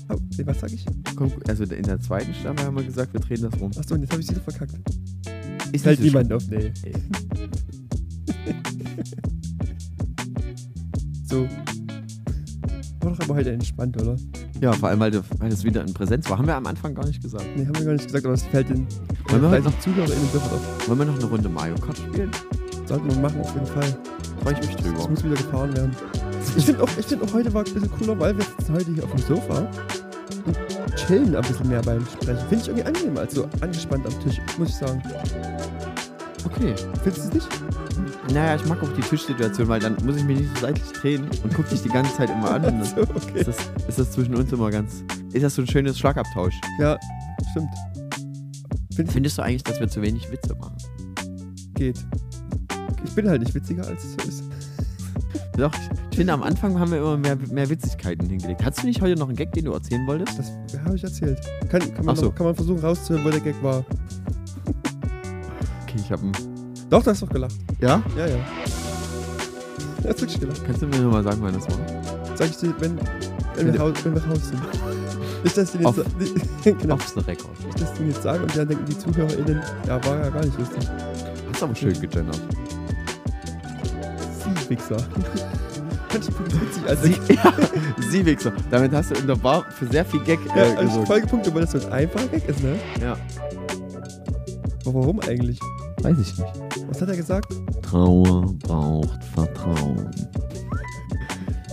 [SPEAKER 1] Au, nee, was sag ich?
[SPEAKER 2] Kommt, gu- also in der zweiten Staffel haben wir gesagt, wir drehen das rum.
[SPEAKER 1] Achso, und jetzt habe ich wieder verkackt.
[SPEAKER 2] Ist
[SPEAKER 1] Fällt
[SPEAKER 2] nicht so
[SPEAKER 1] niemand auf, nee.
[SPEAKER 2] schlimm.
[SPEAKER 1] So. War doch aber heute entspannt, oder?
[SPEAKER 2] Ja, vor allem, weil, du, weil das wieder in Präsenz war. Haben wir am Anfang gar nicht gesagt.
[SPEAKER 1] Nee, haben wir gar nicht gesagt, aber es fällt den
[SPEAKER 2] Wollen wir heute
[SPEAKER 1] noch ZuhörerInnen sofort auf.
[SPEAKER 2] Wollen wir noch eine Runde Mario Kart spielen?
[SPEAKER 1] Sollten wir machen, auf jeden Fall.
[SPEAKER 2] Freue ich mich
[SPEAKER 1] Es
[SPEAKER 2] drüber.
[SPEAKER 1] muss wieder gefahren werden. Ich finde auch, ich find auch heute war ein bisschen cooler, weil wir sitzen heute hier auf dem Sofa und chillen ein bisschen mehr beim Sprechen. Finde ich irgendwie angenehmer als so angespannt am Tisch, muss ich sagen.
[SPEAKER 2] Okay.
[SPEAKER 1] Findest du es nicht?
[SPEAKER 2] Naja, ich mag auch die Tischsituation, weil dann muss ich mich nicht so seitlich drehen und guck dich die ganze Zeit immer an. Und das,
[SPEAKER 1] So, okay.
[SPEAKER 2] ist, das, ist das zwischen uns immer ganz. Ist das so ein schönes Schlagabtausch?
[SPEAKER 1] Ja, stimmt. Finde
[SPEAKER 2] Findest du eigentlich, dass wir zu wenig Witze machen?
[SPEAKER 1] ich, geht. Ich bin halt nicht witziger, als es so ist.
[SPEAKER 2] Doch, ich finde, am Anfang haben wir immer mehr, mehr Witzigkeiten hingelegt. Hast du nicht heute noch einen Gag, den du erzählen wolltest?
[SPEAKER 1] Das habe ich erzählt. Kann, kann, man
[SPEAKER 2] Ach so.
[SPEAKER 1] noch, kann man versuchen rauszuhören, wo der Gag war.
[SPEAKER 2] Okay, ich habe einen.
[SPEAKER 1] Doch, da hast du doch gelacht.
[SPEAKER 2] Ja?
[SPEAKER 1] Ja, ja. Da hast du wirklich gelacht.
[SPEAKER 2] Kannst du mir nochmal sagen, wann das war?
[SPEAKER 1] Sag ich dir, wenn, wenn,
[SPEAKER 2] Bitte.
[SPEAKER 1] wir, raus, wenn wir raus sind. Nicht, dass die
[SPEAKER 2] Auf-
[SPEAKER 1] jetzt. genau.
[SPEAKER 2] Aufs Rekord.
[SPEAKER 1] ich das denn jetzt sage und dann denken die ZuhörerInnen, ja, war ja gar nicht lustig.
[SPEAKER 2] Hast aber schön gegendert.
[SPEAKER 1] Sie Wichser. Fand ich übrigens witzig. Also,
[SPEAKER 2] Sie, ja, Sie Wichser. Damit hast du in der Bar für sehr viel Gag
[SPEAKER 1] ja,
[SPEAKER 2] äh,
[SPEAKER 1] also
[SPEAKER 2] gesorgt.
[SPEAKER 1] Folgepunkte, weil das so ein einfacher Gag ist, ne?
[SPEAKER 2] Ja.
[SPEAKER 1] Aber warum eigentlich?
[SPEAKER 2] Weiß ich nicht.
[SPEAKER 1] Was hat er gesagt?
[SPEAKER 2] Trauer braucht Vertrauen.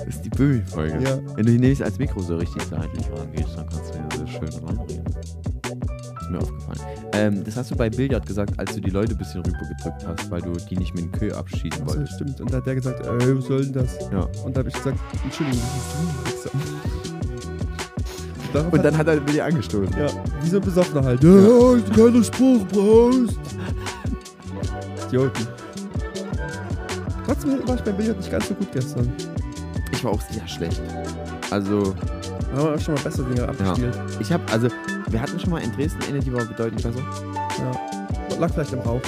[SPEAKER 2] Das ist die Böhmi-Folge.
[SPEAKER 1] Ja.
[SPEAKER 2] Wenn du hier nämlich als Mikro so richtig seitlich rangehst, dann kannst du hier so schön reinreden. Ist mir aufgefallen. Ähm, das hast du bei Billard gesagt, als du die Leute ein bisschen rübergedrückt hast, weil du die nicht mit dem Kö abschießen
[SPEAKER 1] Achso,
[SPEAKER 2] wolltest.
[SPEAKER 1] stimmt. Und da hat der gesagt, äh, was soll denn das?
[SPEAKER 2] Ja.
[SPEAKER 1] Und da habe ich gesagt, Entschuldigung, das ist Sie Wichser. Und darauf
[SPEAKER 2] Und
[SPEAKER 1] hat,
[SPEAKER 2] dann hat er mit dir angestoßen.
[SPEAKER 1] ja, wie so ein Besoffener halt. Ja, ist keine Spruch, brauchst. Idioten. Trotzdem war ich beim Billard nicht ganz so gut gestern.
[SPEAKER 2] Ich war auch sehr schlecht. Also,
[SPEAKER 1] Da haben wir auch schon mal bessere Dinge abgespielt.
[SPEAKER 2] ich habe, also, wir hatten schon mal in Dresden eine, die war bedeutend besser.
[SPEAKER 1] Lag vielleicht im Rauch.